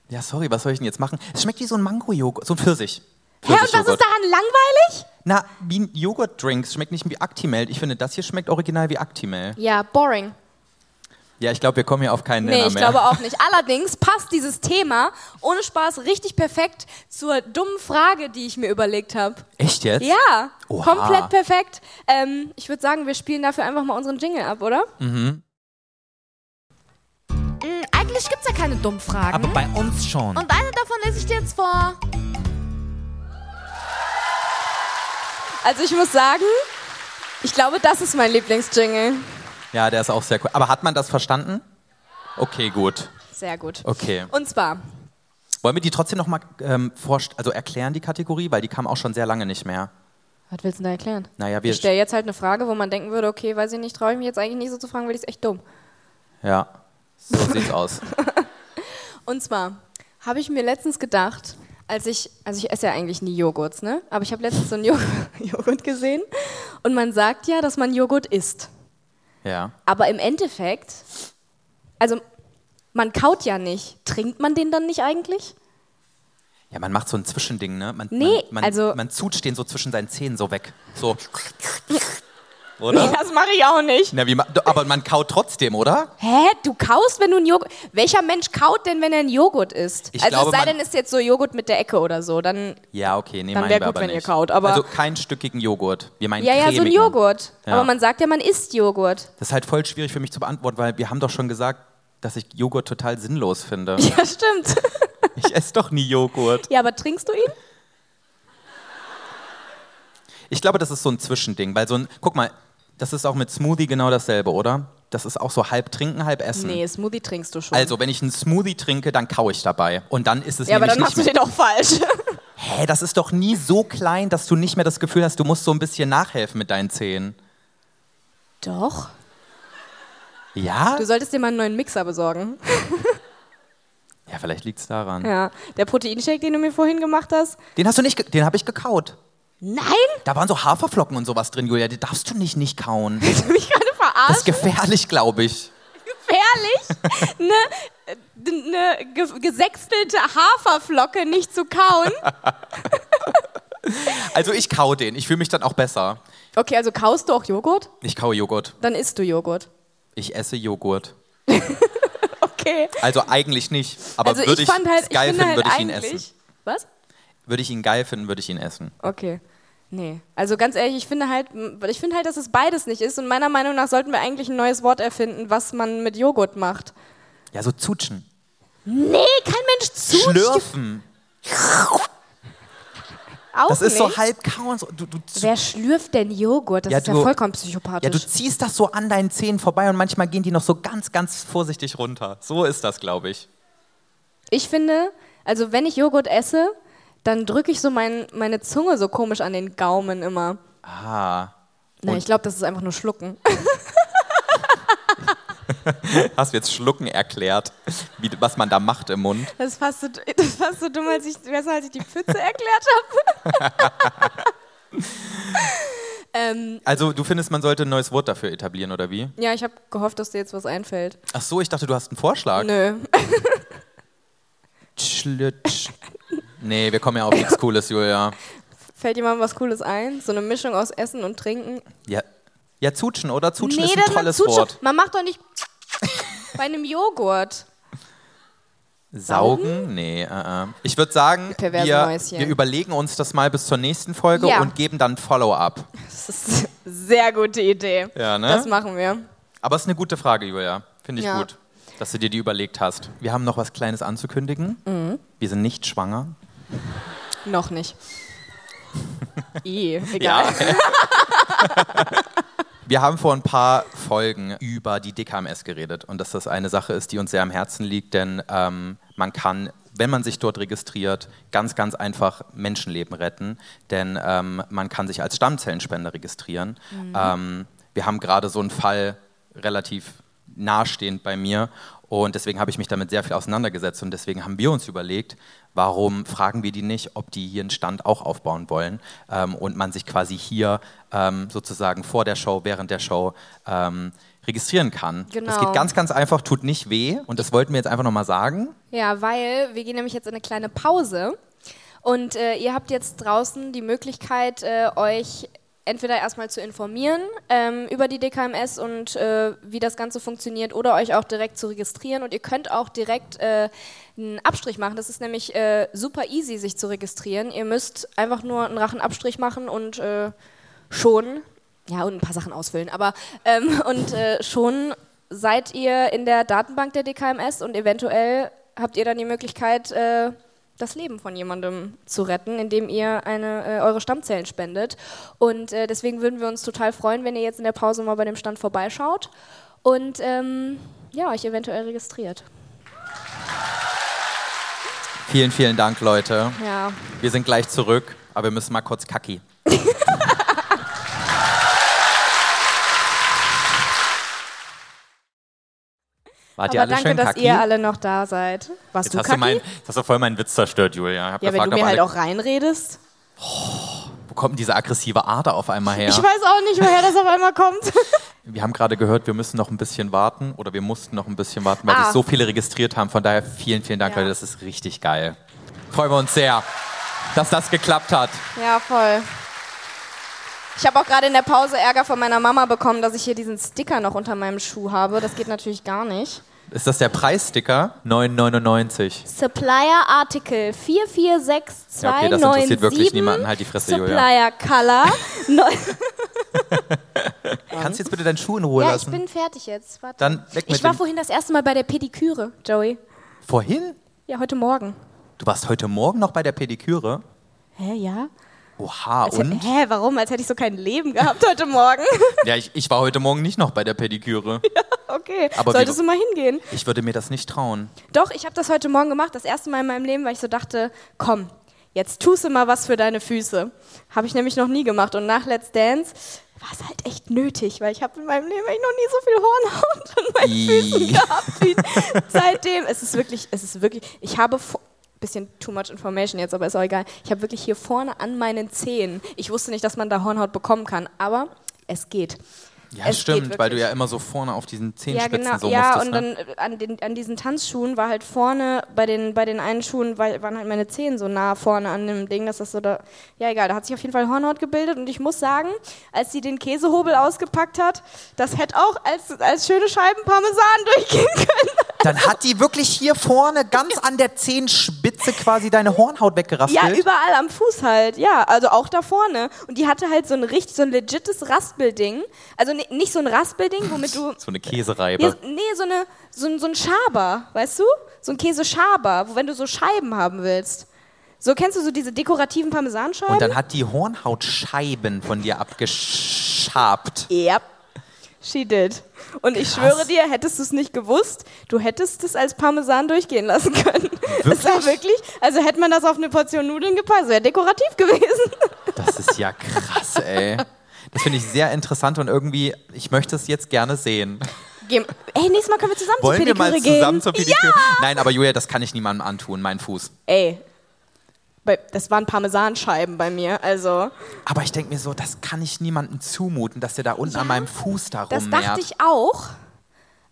Ja, sorry, was soll ich denn jetzt machen? Es schmeckt wie so ein Mango-Joghurt, so ein Pfirsich. Hä, und was ist Pfirsichjoghurt. daran langweilig? Na, wie ein Joghurt-Drink. Es schmeckt nicht wie Actimel. Ich finde, das hier schmeckt original wie Actimel. Ja, boring. Ja, ich glaube, wir kommen hier auf keinen Nee, Nenner ich mehr. glaube auch nicht. Allerdings passt dieses Thema ohne Spaß richtig perfekt zur dummen Frage, die ich mir überlegt habe. Echt jetzt? Ja, Oha. komplett perfekt. Ähm, ich würde sagen, wir spielen dafür einfach mal unseren Jingle ab, oder? Mhm. Hm, eigentlich gibt's ja keine dummen Fragen. Aber bei uns schon. Und eine davon lese ich dir jetzt vor. Also ich muss sagen, ich glaube, das ist mein Lieblingsjingle. Ja, der ist auch sehr cool. Aber hat man das verstanden? Okay, gut. Sehr gut. Okay. Und zwar, Wollen wir die trotzdem nochmal ähm, vorst- also erklären, die Kategorie? Weil die kam auch schon sehr lange nicht mehr. was willst du denn da erklären? Naja, wir. Ich stelle jetzt halt eine Frage, wo man denken würde, okay, weiß ich nicht, traue ich mich jetzt eigentlich nicht so zu fragen, weil ich es echt dumm. Ja, so sieht's aus. Und zwar habe ich mir letztens gedacht, als ich, also ich esse ja eigentlich nie Joghurts, ne? Aber ich habe letztens so einen Jog Joghurt gesehen und man sagt ja, dass man Joghurt isst. Ja. Aber im Endeffekt, also man kaut ja nicht. Trinkt man den dann nicht eigentlich? Ja, man macht so ein Zwischending, ne? Man, Nee, man, man, also- Man zutscht den so zwischen seinen Zähnen so weg. So. Oder? Das mache ich auch nicht. Na, wie ma aber man kaut trotzdem, oder? Hä? Du kaust, wenn du einen Joghurt. Welcher Mensch kaut denn, wenn er einen Joghurt isst? Ich also glaube, es sei man- denn, es ist jetzt so Joghurt mit der Ecke oder so. Dann Ja, okay, nee, Dann meinen wär wir gut, aber wenn ihr nicht. kaut, aber- also keinen stückigen Joghurt. Wir meinen ja, ja, so ein cremigen. Joghurt. Ja. Aber man sagt ja, man isst Joghurt. Das ist halt voll schwierig für mich zu beantworten, weil wir haben doch schon gesagt, dass ich Joghurt total sinnlos finde. Ja, stimmt. Ich esse doch nie Joghurt. Ja, aber trinkst du ihn? Ich glaube, das ist so ein Zwischending, weil so ein, guck mal, das ist auch mit Smoothie genau dasselbe, oder? Das ist auch so halb trinken, halb essen. Nee, Smoothie trinkst du schon. Hm. Also, wenn ich einen Smoothie trinke, dann kaue ich dabei. Und dann ist es ja, aber nämlich dann machst du nicht den mehr. auch falsch. Hä, das ist doch nie so klein, dass du nicht mehr das Gefühl hast, du musst so ein bisschen nachhelfen mit deinen Zähnen. Doch. Ja? Du solltest dir mal einen neuen Mixer besorgen. Ja, vielleicht liegt's daran. Ja. Der Proteinshake, den du mir vorhin gemacht hast. Den hast du nicht, ge- den habe ich gekaut. Nein! Da waren so Haferflocken und sowas drin, Julia. Die darfst du nicht nicht kauen. Hast du mich gerade Das verarscht? ist gefährlich, glaube ich. Gefährlich? Eine ne ge gesextelte Haferflocke nicht zu kauen? Also ich kau den. Ich fühle mich dann auch besser. Okay, also kaust du auch Joghurt? Ich kaue Joghurt. Dann isst du Joghurt. Ich esse Joghurt. Okay. Also eigentlich nicht. Aber also würde ich ich fand halt, es ich geil finde finden, halt würde ich ihn eigentlich. essen. Was? Würde ich ihn geil finden, würde ich ihn essen. Okay. Nee. Also ganz ehrlich, ich finde halt, ich finde halt, dass es beides nicht ist. Und meiner Meinung nach sollten wir eigentlich ein neues Wort erfinden, was man mit Joghurt macht. Ja, so zutschen. Nee, kein Mensch zu. Schlürfen. Auch Das ist nicht. so halb kauen. So, du, du, Wer schlürft denn Joghurt? Das Ja, ist ja du- vollkommen ja, du psychopathisch. ziehst das so an deinen Zähnen vorbei und manchmal gehen die noch so ganz, ganz vorsichtig runter. So ist das, glaube ich. ich finde, also wenn ich Joghurt esse, dann drücke ich so mein, meine Zunge so komisch an den Gaumen immer. Ah. Nee, Und- ich glaube, das ist einfach nur Schlucken. Hast du jetzt Schlucken erklärt, wie, was man da macht im Mund? Das ist fast so, das ist fast so dumm, als ich, besser, als ich die Pfütze erklärt habe. Ähm, Also, du findest, man sollte ein neues Wort dafür etablieren, oder wie? Ja, ich habe gehofft, dass dir jetzt was einfällt. Ach so, ich dachte, du hast einen Vorschlag. Nö. Schlitsch. Nee, wir kommen ja auf nichts Cooles, Julia. Fällt jemandem was Cooles ein? So eine Mischung aus Essen und Trinken? Ja, ja zutschen, oder? Zutschen ist dass ein tolles zutschaut. Wort. Man macht doch nicht bei einem Joghurt. Saugen? Nee, äh, äh. Ich würde sagen, Perverse wir, Mäuschen. wir überlegen uns das mal bis zur nächsten Folge Ja. und geben dann ein Follow-up. Das ist eine sehr gute Idee. Ja, ne? Das machen wir. Aber es ist eine gute Frage, Julia. Finde ich Ja. gut, dass du dir die überlegt hast. Wir haben noch was Kleines anzukündigen. Mhm. Wir sind nicht schwanger. Noch nicht. I, egal. Wir haben vor ein paar Folgen über die DKMS geredet und dass das eine Sache ist, die uns sehr am Herzen liegt, denn ähm, man kann, wenn man sich dort registriert, ganz, ganz einfach Menschenleben retten, denn ähm, man kann sich als Stammzellenspender registrieren. Ähm, wir haben gerade so einen Fall relativ nahestehend bei mir und deswegen habe ich mich damit sehr viel auseinandergesetzt und deswegen haben wir uns überlegt, warum fragen wir die nicht, ob die hier einen Stand auch aufbauen wollen ähm, und man sich quasi hier ähm, sozusagen vor der Show, während der Show ähm, registrieren kann. Genau. Das geht ganz, ganz einfach, tut nicht weh und das wollten wir jetzt einfach nochmal sagen. Ja, weil wir gehen nämlich jetzt in eine kleine Pause und äh, ihr habt jetzt draußen die Möglichkeit, äh, euch entweder erstmal zu informieren ähm, über die DKMS und äh, wie das Ganze funktioniert oder euch auch direkt zu registrieren und ihr könnt auch direkt äh, einen Abstrich machen. Das ist nämlich äh, super easy, sich zu registrieren. Ihr müsst einfach nur einen Rachenabstrich machen und äh, schon, ja, und ein paar Sachen ausfüllen, aber ähm, und äh, schon seid ihr in der Datenbank der DKMS und eventuell habt ihr dann die Möglichkeit, äh, das Leben von jemandem zu retten, indem ihr eine, äh, eure Stammzellen spendet. Und äh, deswegen würden wir uns total freuen, wenn ihr jetzt in der Pause mal bei dem Stand vorbeischaut und ähm, ja, euch eventuell registriert. Vielen, vielen Dank, Leute. Ja. Wir sind gleich zurück, aber wir müssen mal kurz kacki. Wart ihr Aber alle danke, schön dass kacki? ihr alle noch da seid. Warst jetzt du hast kacki? du, mein, jetzt hast du voll meinen Witz zerstört, Julia. Ich hab ja, wenn gefragt, du mir ob halt alle- auch reinredest. Wo kommt denn diese aggressive Ader auf einmal her? Ich weiß auch nicht, woher das auf einmal kommt. Wir haben gerade gehört, wir müssen noch ein bisschen warten oder wir mussten noch ein bisschen warten, weil sich so viele registriert haben. Von daher vielen, vielen Dank, Ah. Ja. Leute. Das ist richtig geil. Freuen wir uns sehr, dass das geklappt hat. Ja, voll. Ich habe auch gerade in der Pause Ärger von meiner Mama bekommen, dass ich hier diesen Sticker noch unter meinem Schuh habe. Das geht natürlich gar nicht. Ist das der Preissticker? 9,99. Supplier Article 4462997. Ja, okay, das interessiert wirklich niemanden. Halt die Fresse, Julia. Supplier Color. Neu- Kannst du jetzt bitte deinen Schuh in Ruhe ja, ich lassen? bin fertig jetzt. Warte. Dann weg mit ich war dem- vorhin das erste Mal bei der Pediküre, Joey. Vorhin? Ja, heute Morgen. Du warst heute Morgen noch bei der Pediküre? Hä, ja? Oha, Als und? hätte- Also, Hä, warum? Als hätte ich so kein Leben gehabt heute Morgen. Ja, ich, ich war heute Morgen nicht noch bei der Pediküre. Okay, Aber solltest wir- du mal hingehen. Ich würde mir das nicht trauen. Doch, ich habe das heute Morgen gemacht, das erste Mal in meinem Leben, weil ich so dachte, komm, jetzt tust du mal was für deine Füße. Habe ich nämlich noch nie gemacht. Und nach Let's Dance war es halt echt nötig, weil ich habe in meinem Leben echt noch nie so viel Hornhaut an meinen Füßen Ih. gehabt. Wie seitdem, es ist wirklich, es ist wirklich, ich habe vor- Bisschen too much information jetzt, aber ist auch egal. Ich habe wirklich hier vorne an meinen Zehen. Ich wusste nicht, dass man da Hornhaut bekommen kann, aber es geht. Ja, Es geht stimmt, weil du wirklich. ja immer so vorne auf diesen Ja, Zehenspitzen genau. so ja, musstest. und ne? dann äh, an, den, an diesen Tanzschuhen war halt vorne, bei den, bei den einen Schuhen war, waren halt meine Zehen so nah vorne an dem Ding, dass das so da. Ja, egal, da hat sich auf jeden Fall Hornhaut gebildet und ich muss sagen, als sie den Käsehobel ausgepackt hat, das hätte auch als, als schöne Scheiben Parmesan durchgehen können. Dann hat die wirklich hier vorne ganz an der Zehenspitze quasi deine Hornhaut Ja, weggeraffelt. überall am Fuß halt, ja, also auch da vorne. Und die hatte halt so ein richtig, so ein legites Raspel-Ding. Also ni- nicht so ein Raspel-Ding, womit du. So eine Käsereibe. Nee, nee so, eine, so, ein- so ein Schaber, weißt du? So ein Käseschaber, wo wenn du so Scheiben haben willst. So kennst du so diese dekorativen Parmesanscheiben? Und dann hat die Hornhautscheiben von dir abgeschabt. yep. She did. Und ich schwöre dir, hättest du es nicht gewusst, du hättest es als Parmesan durchgehen lassen können. Es war wirklich, also hätte man das auf eine Portion Nudeln gepasst, wäre dekorativ gewesen. Das ist ja krass, ey. Das finde ich sehr interessant und irgendwie, ich möchte es jetzt gerne sehen. Geh- Ey, nächstes Mal können wir zusammen Wollen zur wir mal Pediküre zusammen gehen. zur Pediküre? Nein, aber Julia, das kann ich niemandem antun, mein Fuß. Ey, bei- das waren Parmesanscheiben bei mir, also. Aber ich denke mir so, das kann ich niemandem zumuten, dass der da unten an meinem Fuß da Das rummehrt. dachte ich auch.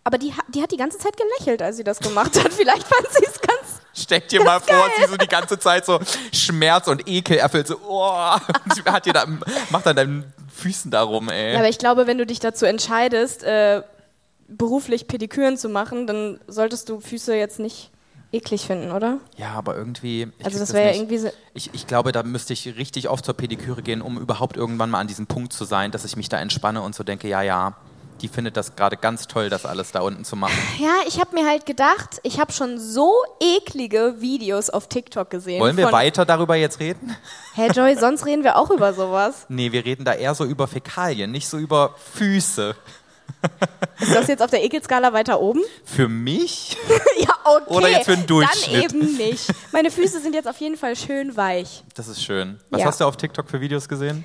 Aber die, ha- die hat die ganze Zeit gelächelt, als sie das gemacht hat. Vielleicht fand sie es ganz. Stell dir mal vor, sie so die ganze Zeit so Schmerz und Ekel erfüllt, so, oh, und sie hat dir da, macht an deinen Füßen da rum, ey. Ja, aber ich glaube, wenn du dich dazu entscheidest, äh, beruflich Pediküren zu machen, dann solltest du Füße jetzt nicht eklig finden, oder? Ja, aber irgendwie. Ich Also krieg das wäre ja nicht. irgendwie so- Ich, ich glaube, da müsste ich richtig oft zur Pediküre gehen, um überhaupt irgendwann mal an diesem Punkt zu sein, dass ich mich da entspanne und so denke, ja, ja, die findet das gerade ganz toll, das alles da unten zu machen. Ja, ich habe mir halt gedacht, ich habe schon so eklige Videos auf TikTok gesehen. Wollen wir von- weiter darüber jetzt reden? Hä, Joy, sonst reden wir auch über sowas. Nee, wir reden da eher so über Fäkalien, nicht so über Füße. Ist das jetzt auf der Ekelskala weiter oben? Für mich? ja, okay. Oder jetzt für den Durchschnitt. Dann eben nicht. Meine Füße sind jetzt auf jeden Fall schön weich. Das ist schön. Was Ja. hast du auf TikTok für Videos gesehen?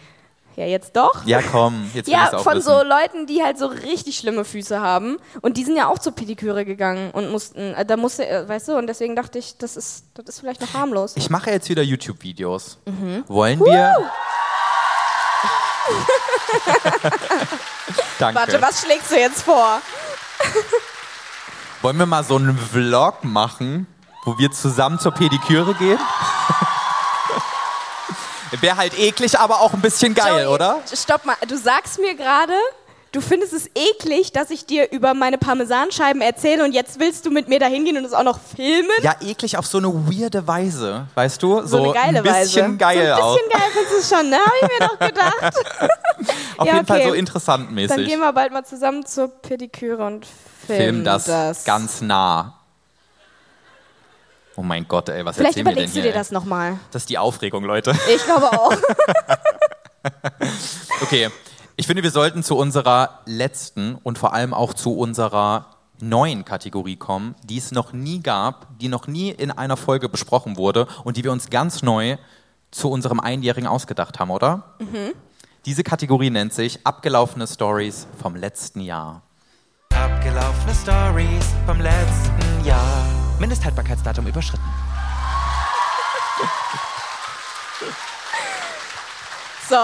Ja, jetzt doch. Ja, komm, jetzt will ich's Ja, auch von wissen. so Leuten, die halt so richtig schlimme Füße haben. Und die sind ja auch zur Pediküre gegangen und mussten, äh, da musste, äh, weißt du, und deswegen dachte ich, das ist, das ist vielleicht noch harmlos. Ich mache jetzt wieder YouTube-Videos. Mhm. Wollen wir? Danke. Warte, was schlägst du jetzt vor? Wollen wir mal so einen Vlog machen, wo wir zusammen zur Pediküre gehen? Wäre halt eklig, aber auch ein bisschen geil, Joey, oder? Stopp mal, du sagst mir gerade, du findest es eklig, dass ich dir über meine Parmesanscheiben erzähle und jetzt willst du mit mir da hingehen und es auch noch filmen? Ja, eklig auf so eine weirde Weise, weißt du? So, so eine geile ein bisschen Weise. geil so ein auch. bisschen geil findest du schon, ne? Hab ich mir doch gedacht. Auf Ja, jeden Fall okay. so interessant Dann mäßig. gehen wir bald mal zusammen zur Pediküre und filmen Film das, das. ganz nah. Oh mein Gott, ey, was Vielleicht erzählen wir denn überlegst du hier? dir ey? das nochmal. das ist die Aufregung, Leute. Ich glaube auch. Okay, ich finde, wir sollten zu unserer letzten und vor allem auch zu unserer neuen Kategorie kommen, die es noch nie gab, die noch nie in einer Folge besprochen wurde und die wir uns ganz neu zu unserem Einjährigen ausgedacht haben, oder? Mhm. Diese Kategorie nennt sich Abgelaufene Stories vom letzten Jahr. abgelaufene besoffene Stories vom letzten Jahr. Mindesthaltbarkeitsdatum überschritten. So.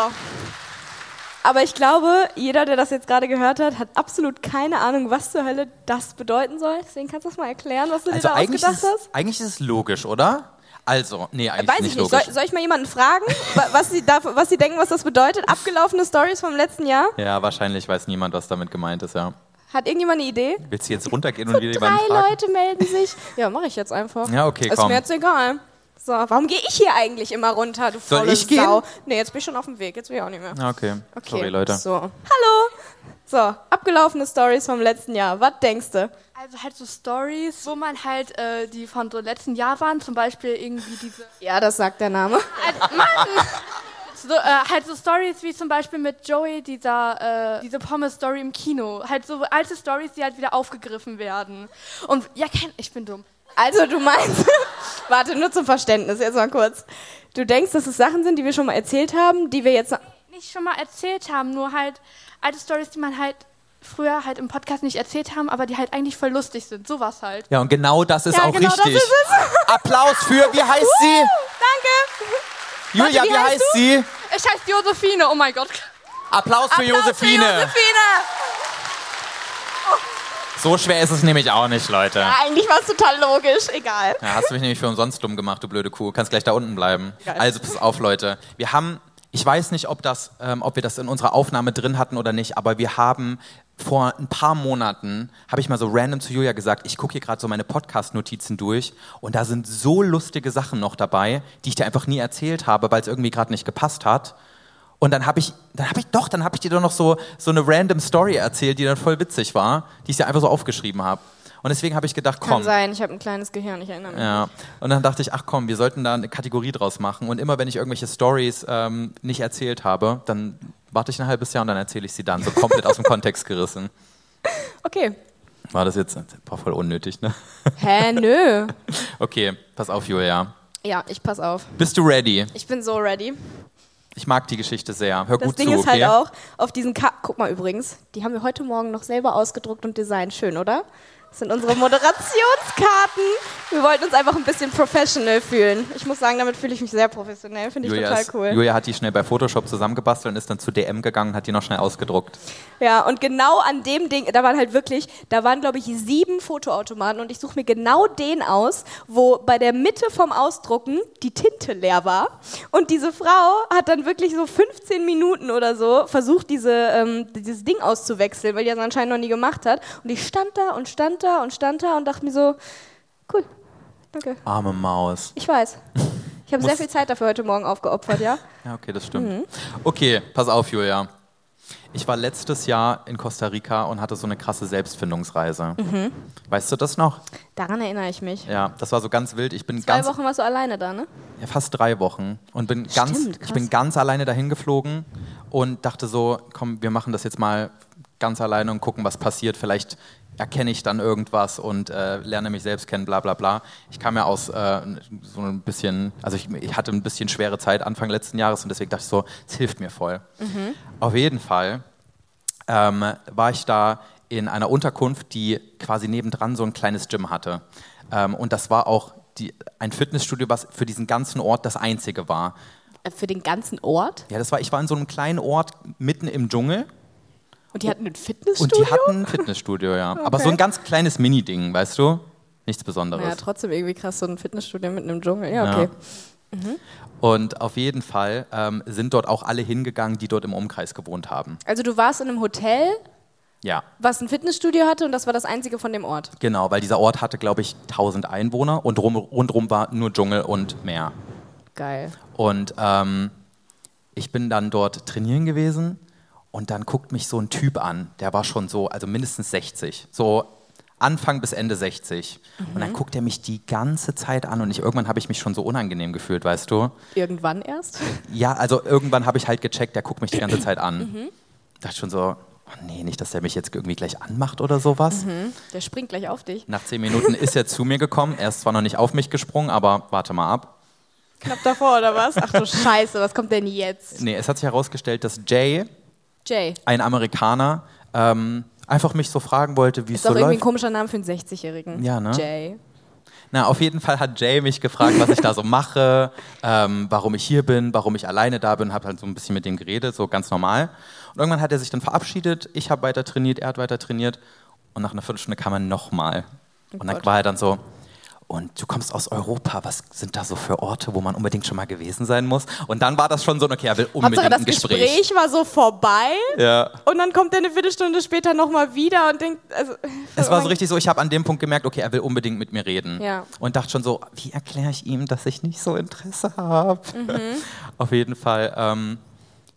Aber ich glaube, jeder, der das jetzt gerade gehört hat, hat absolut keine Ahnung, was zur Hölle das bedeuten soll. Deswegen kannst du das mal erklären, was du Also dir da eigentlich ausgedacht ist, hast. Äh, eigentlich ist es logisch, oder? Also, nee, eigentlich Weiß nicht ich nicht. logisch. Soll, soll ich mal jemanden fragen, wa- was sie, da, was sie denken, was das bedeutet? Abgelaufene Stories vom letzten Jahr? ja, wahrscheinlich weiß niemand, was damit gemeint ist, ja. Hat irgendjemand eine Idee? Willst du jetzt runtergehen und wieder jemanden Drei fragen? Leute melden sich. Ja, mache ich jetzt einfach. Ja, okay, Ist komm. mir jetzt egal. So, warum gehe ich hier eigentlich immer runter, du Soll faule ich gehen? Sau? Nee, jetzt bin ich schon auf dem Weg. Jetzt will ich auch nicht mehr. Ja, Ah, okay. Okay, Sorry, Leute. So. Hallo. So, abgelaufene Stories vom letzten Jahr. Was denkst du? Also halt so Stories, wo man halt äh, die von so letzten Jahr waren, zum Beispiel irgendwie diese. Ja, das sagt der Name. Also, Mann! So, äh, halt so Stories wie zum Beispiel mit Joey dieser äh, diese Pommes Story im Kino. Halt so alte Stories, die halt wieder aufgegriffen werden. Und ja, kenn, ich bin dumm. Also du meinst, warte, nur zum Verständnis, jetzt mal kurz. Du denkst, dass es Sachen sind, die wir schon mal erzählt haben, die wir jetzt... Nicht schon mal erzählt haben, nur halt alte Stories, die man halt früher halt im Podcast nicht erzählt haben, aber die halt eigentlich voll lustig sind. Sowas halt. Ja, und genau das ist Ja, auch genau das richtig. ist es. Uh, Applaus für, wie heißt sie? Danke! Julia, wie wie heißt, heißt sie? Ich heiße Josephine, oh mein Gott. Applaus für Josephine. So schwer ist es nämlich auch nicht, Leute. Ja, Eigentlich war es total logisch, egal. hast du mich nämlich für umsonst dumm gemacht, du blöde Kuh. Kannst gleich da unten bleiben. Also pass auf, Leute. Wir haben, ich weiß nicht, ob, das, ähm, ob wir das in unserer Aufnahme drin hatten oder nicht, aber wir haben vor ein paar Monaten, habe ich mal so random zu Julia gesagt, ich gucke hier gerade so meine Podcast-Notizen durch und da sind so lustige Sachen noch dabei, die ich dir einfach nie erzählt habe, weil es irgendwie gerade nicht gepasst hat. Und dann habe ich, dann habe ich doch, dann habe ich dir doch noch so, so eine random Story erzählt, die dann voll witzig war, die ich dir einfach so aufgeschrieben habe. Und deswegen habe ich gedacht, Kann komm. sein, ich habe ein kleines Gehirn, ich erinnere mich. Ja. Und dann dachte ich, ach komm, wir sollten da eine Kategorie draus machen. Und immer wenn ich irgendwelche Stories ähm, nicht erzählt habe, dann warte ich ein halbes Jahr und dann erzähle ich sie dann. So komplett aus dem Kontext gerissen. Okay. War das jetzt war voll unnötig, ne? Hä, nö. Okay, pass auf, Julia. Ja, ich pass auf. Bist du ready? Ich bin so ready. Ich mag die Geschichte sehr. Hör Das gut Ding zu, ist halt okay? auch, auf diesen Ka Guck mal übrigens, die haben wir heute Morgen noch selber ausgedruckt und designt. Schön, oder? Das sind unsere Moderationskarten. Wir wollten uns einfach ein bisschen professional fühlen. Ich muss sagen, damit fühle ich mich sehr professionell. Finde ich Julia, total ist, cool. Julia hat die schnell bei Photoshop zusammengebastelt und ist dann zu DM gegangen und hat die noch schnell ausgedruckt. Ja, und genau an dem Ding, da waren halt wirklich, da waren glaube ich sieben Fotoautomaten und ich suche mir genau den aus, wo bei der Mitte vom Ausdrucken die Tinte leer war. Und diese Frau hat dann wirklich so 15 Minuten oder so versucht, diese, ähm, dieses Ding auszuwechseln, weil die das anscheinend noch nie gemacht hat. Und ich stand da und stand da und stand da und dachte mir so, cool, danke. Arme Maus. Ich weiß. Ich habe sehr Muss- viel Zeit dafür heute Morgen aufgeopfert, ja? Ja, okay, das stimmt. Mhm. Okay, pass auf, Julia. Ich war letztes Jahr in Costa Rica und hatte so eine krasse Selbstfindungsreise. Mhm. Weißt du das noch? Daran erinnere ich mich. Ja, das war so ganz wild. Ich bin Zwei ganz Wochen warst du alleine da, ne? ja, fast drei Wochen und bin ganz, ich krass. bin ganz alleine dahin geflogen und dachte so, komm, wir machen das jetzt mal ganz alleine und gucken, was passiert. Vielleicht erkenne ich dann irgendwas und äh, lerne mich selbst kennen, bla bla bla. Ich kam ja aus äh, so ein bisschen, also ich, ich hatte ein bisschen schwere Zeit Anfang letzten Jahres und deswegen dachte ich so, es hilft mir voll. Auf jeden Fall ähm, war ich da in einer Unterkunft, die quasi nebendran so ein kleines Gym hatte. Ähm, und das war auch die, ein Fitnessstudio, was für diesen ganzen Ort das einzige war. Äh, Für den ganzen Ort. Ja, das war, ich war in so einem kleinen Ort mitten im Dschungel Und die hatten ein und Fitnessstudio? die hatten ein Fitnessstudio, ja. Aber so ein ganz kleines Mini-Ding, weißt du? Nichts Besonderes. Ja, trotzdem irgendwie krass, so ein Fitnessstudio mitten im Dschungel. Ja, okay. Und auf jeden Fall ähm, sind dort auch alle hingegangen, die dort im Umkreis gewohnt haben. Also du warst in einem Hotel, Ja. was ein Fitnessstudio hatte und das war das einzige von dem Ort. Genau, weil dieser Ort hatte, glaube ich, 1000 Einwohner und rum, rundrum war nur Dschungel und Meer. Geil. Und ähm, ich bin dann dort trainieren gewesen und dann guckt mich so ein Typ an, der war schon so, also mindestens 60, so Anfang bis Ende 60. Und dann guckt er mich die ganze Zeit an und ich, irgendwann habe ich mich schon so unangenehm gefühlt, weißt du? Irgendwann erst? Ja, also irgendwann habe ich halt gecheckt, der guckt mich die ganze Zeit an. Dachte schon so, oh nee, nicht, dass der mich jetzt irgendwie gleich anmacht oder sowas. Der springt gleich auf dich. Nach zehn Minuten ist er zu mir gekommen. Er ist zwar noch nicht auf mich gesprungen, aber warte mal ab. Knapp davor, oder was? Ach du Scheiße, was kommt denn jetzt? Nee, es hat sich herausgestellt, dass Jay, Jay. ein Amerikaner, ähm, einfach mich so fragen wollte, wie es Ist auch so irgendwie ein läuft. komischer Name für einen 60-Jährigen. Ja, ne? Jay. Na, auf jeden Fall hat Jay mich gefragt, was ich da so mache, ähm, warum ich hier bin, warum ich alleine da bin, habe halt so ein bisschen mit dem geredet, so ganz normal. Und irgendwann hat er sich dann verabschiedet, ich habe weiter trainiert, er hat weiter trainiert und nach einer Viertelstunde kam er nochmal. Oh und dann war er dann so, und du kommst aus Europa, was sind da so für Orte, wo man unbedingt schon mal gewesen sein muss? Und dann war das schon so, okay, er will unbedingt Hauptsache, das ein Gespräch. Gespräch war so vorbei Ja. und dann kommt er eine Viertelstunde später nochmal wieder und denkt, also, Es war so richtig so, ich habe an dem Punkt gemerkt, okay, er will unbedingt mit mir reden. Ja. Und dachte schon so, wie erkläre ich ihm, dass ich nicht so Interesse habe? Mhm. Auf jeden Fall ähm,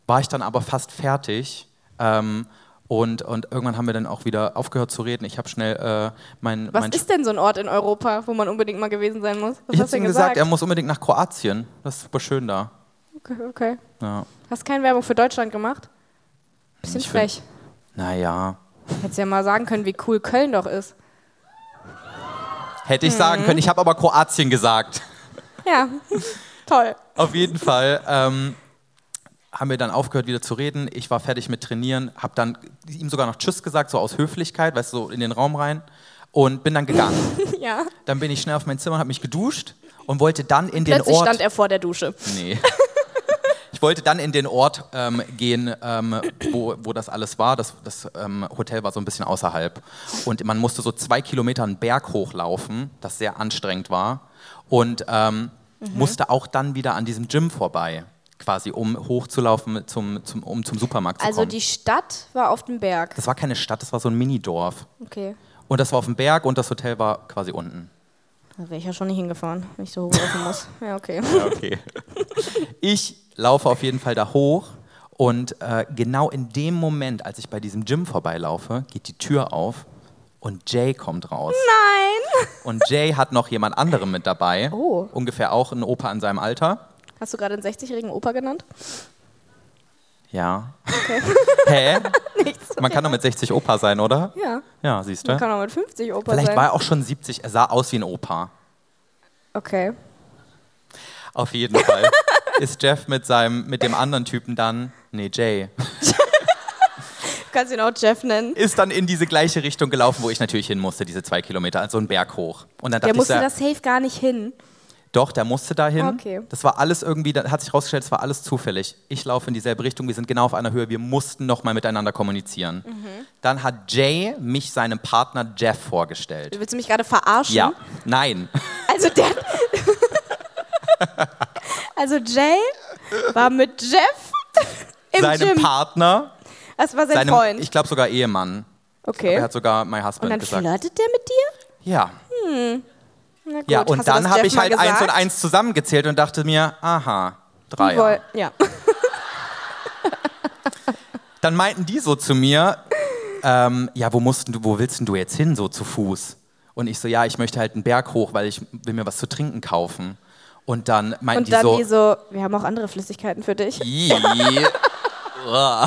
war ich dann aber fast fertig. Ähm, und, und irgendwann haben wir dann auch wieder aufgehört zu reden. Ich habe schnell äh, mein. Was mein ist denn so ein Ort in Europa, wo man unbedingt mal gewesen sein muss? Was hast ich hätte du denn ihm gesagt, er muss unbedingt nach Kroatien. Das ist super schön da. Okay, okay. Ja. Hast keine Werbung für Deutschland gemacht? Bisschen Ich find- frech. Naja. Hättest ja mal sagen können, wie cool Köln doch ist. Mhm. Hätte ich sagen können. Ich habe aber Kroatien gesagt. Ja, toll. Auf jeden Fall ähm, haben wir dann aufgehört, wieder zu reden. Ich war fertig mit Trainieren, habe dann ihm sogar noch Tschüss gesagt, so aus Höflichkeit, weißt du, so in den Raum rein und bin dann gegangen. Ja. dann bin ich schnell auf mein Zimmer, habe mich geduscht und wollte dann in den Plötzlich Ort. stand er vor der Dusche. Nee. Ich wollte dann in den Ort ähm, gehen, ähm, wo, wo das alles war. Das, das ähm, Hotel war so ein bisschen außerhalb. Und man musste so zwei Kilometer einen Berg hochlaufen, das sehr anstrengend war. Und ähm, Mhm. musste auch dann wieder an diesem Gym vorbei, quasi um hochzulaufen, zum, zum, um zum Supermarkt zu Also kommen. die Stadt war auf dem Berg. das war keine Stadt, das war so ein Minidorf. Okay. Und das war auf dem Berg und das Hotel war quasi unten. Da wäre ich ja schon nicht hingefahren, wenn ich so hochlaufen muss. Ja, okay. Okay. Ich laufe auf jeden Fall da hoch und äh, genau in dem Moment, als ich bei diesem Gym vorbeilaufe, geht die Tür auf und Jay kommt raus. Nein! Und Jay hat noch jemand anderem mit dabei, Oh. ungefähr auch ein Opa in seinem Alter. Hast du gerade einen 60-jährigen Opa genannt? Ja. Hä? Man kann doch mit 60 Opa sein, oder? Ja. Ja, siehst du. Man kann auch mit 50 Opa Vielleicht sein. war er auch schon 70, er sah aus wie ein Opa. okay. Auf jeden Fall ist Jeff mit seinem, mit dem anderen Typen dann, nee, Jay, Du kannst ihn auch Jeff nennen. ist dann in diese gleiche Richtung gelaufen, wo ich natürlich hin musste, diese zwei Kilometer, also einen Berg hoch. Und dann dachte Der musste ich, so, das safe gar nicht hin. doch, der musste da hin. Okay. Das war alles irgendwie, da hat sich rausgestellt, es war alles zufällig. Ich laufe in dieselbe Richtung, wir sind genau auf einer Höhe, wir mussten nochmal miteinander kommunizieren. Mhm. Dann hat Jay mich seinem Partner Jeff vorgestellt. Willst du mich gerade verarschen? Ja, nein. Also der. also Jay war mit Jeff im seinem Gym. Partner, Das war sein seinem, Freund. ich glaube sogar Ehemann. okay. Er hat sogar My Husband und dann gesagt. flirtet der mit dir? Ja. Na gut, Ja, hast und du dann das habe Jeff ich mal halt eins gesagt? und eins zusammengezählt und dachte mir, aha, drei. Woll- Ja. dann meinten die so zu mir, ähm, ja, wo mussten du, wo willst denn du jetzt hin, so zu Fuß? Und ich so, ja, ich möchte halt einen Berg hoch, weil ich will mir was zu trinken kaufen. Und dann meinten Und dann die so, die so, wir haben auch andere Flüssigkeiten für dich. "Ih, uah."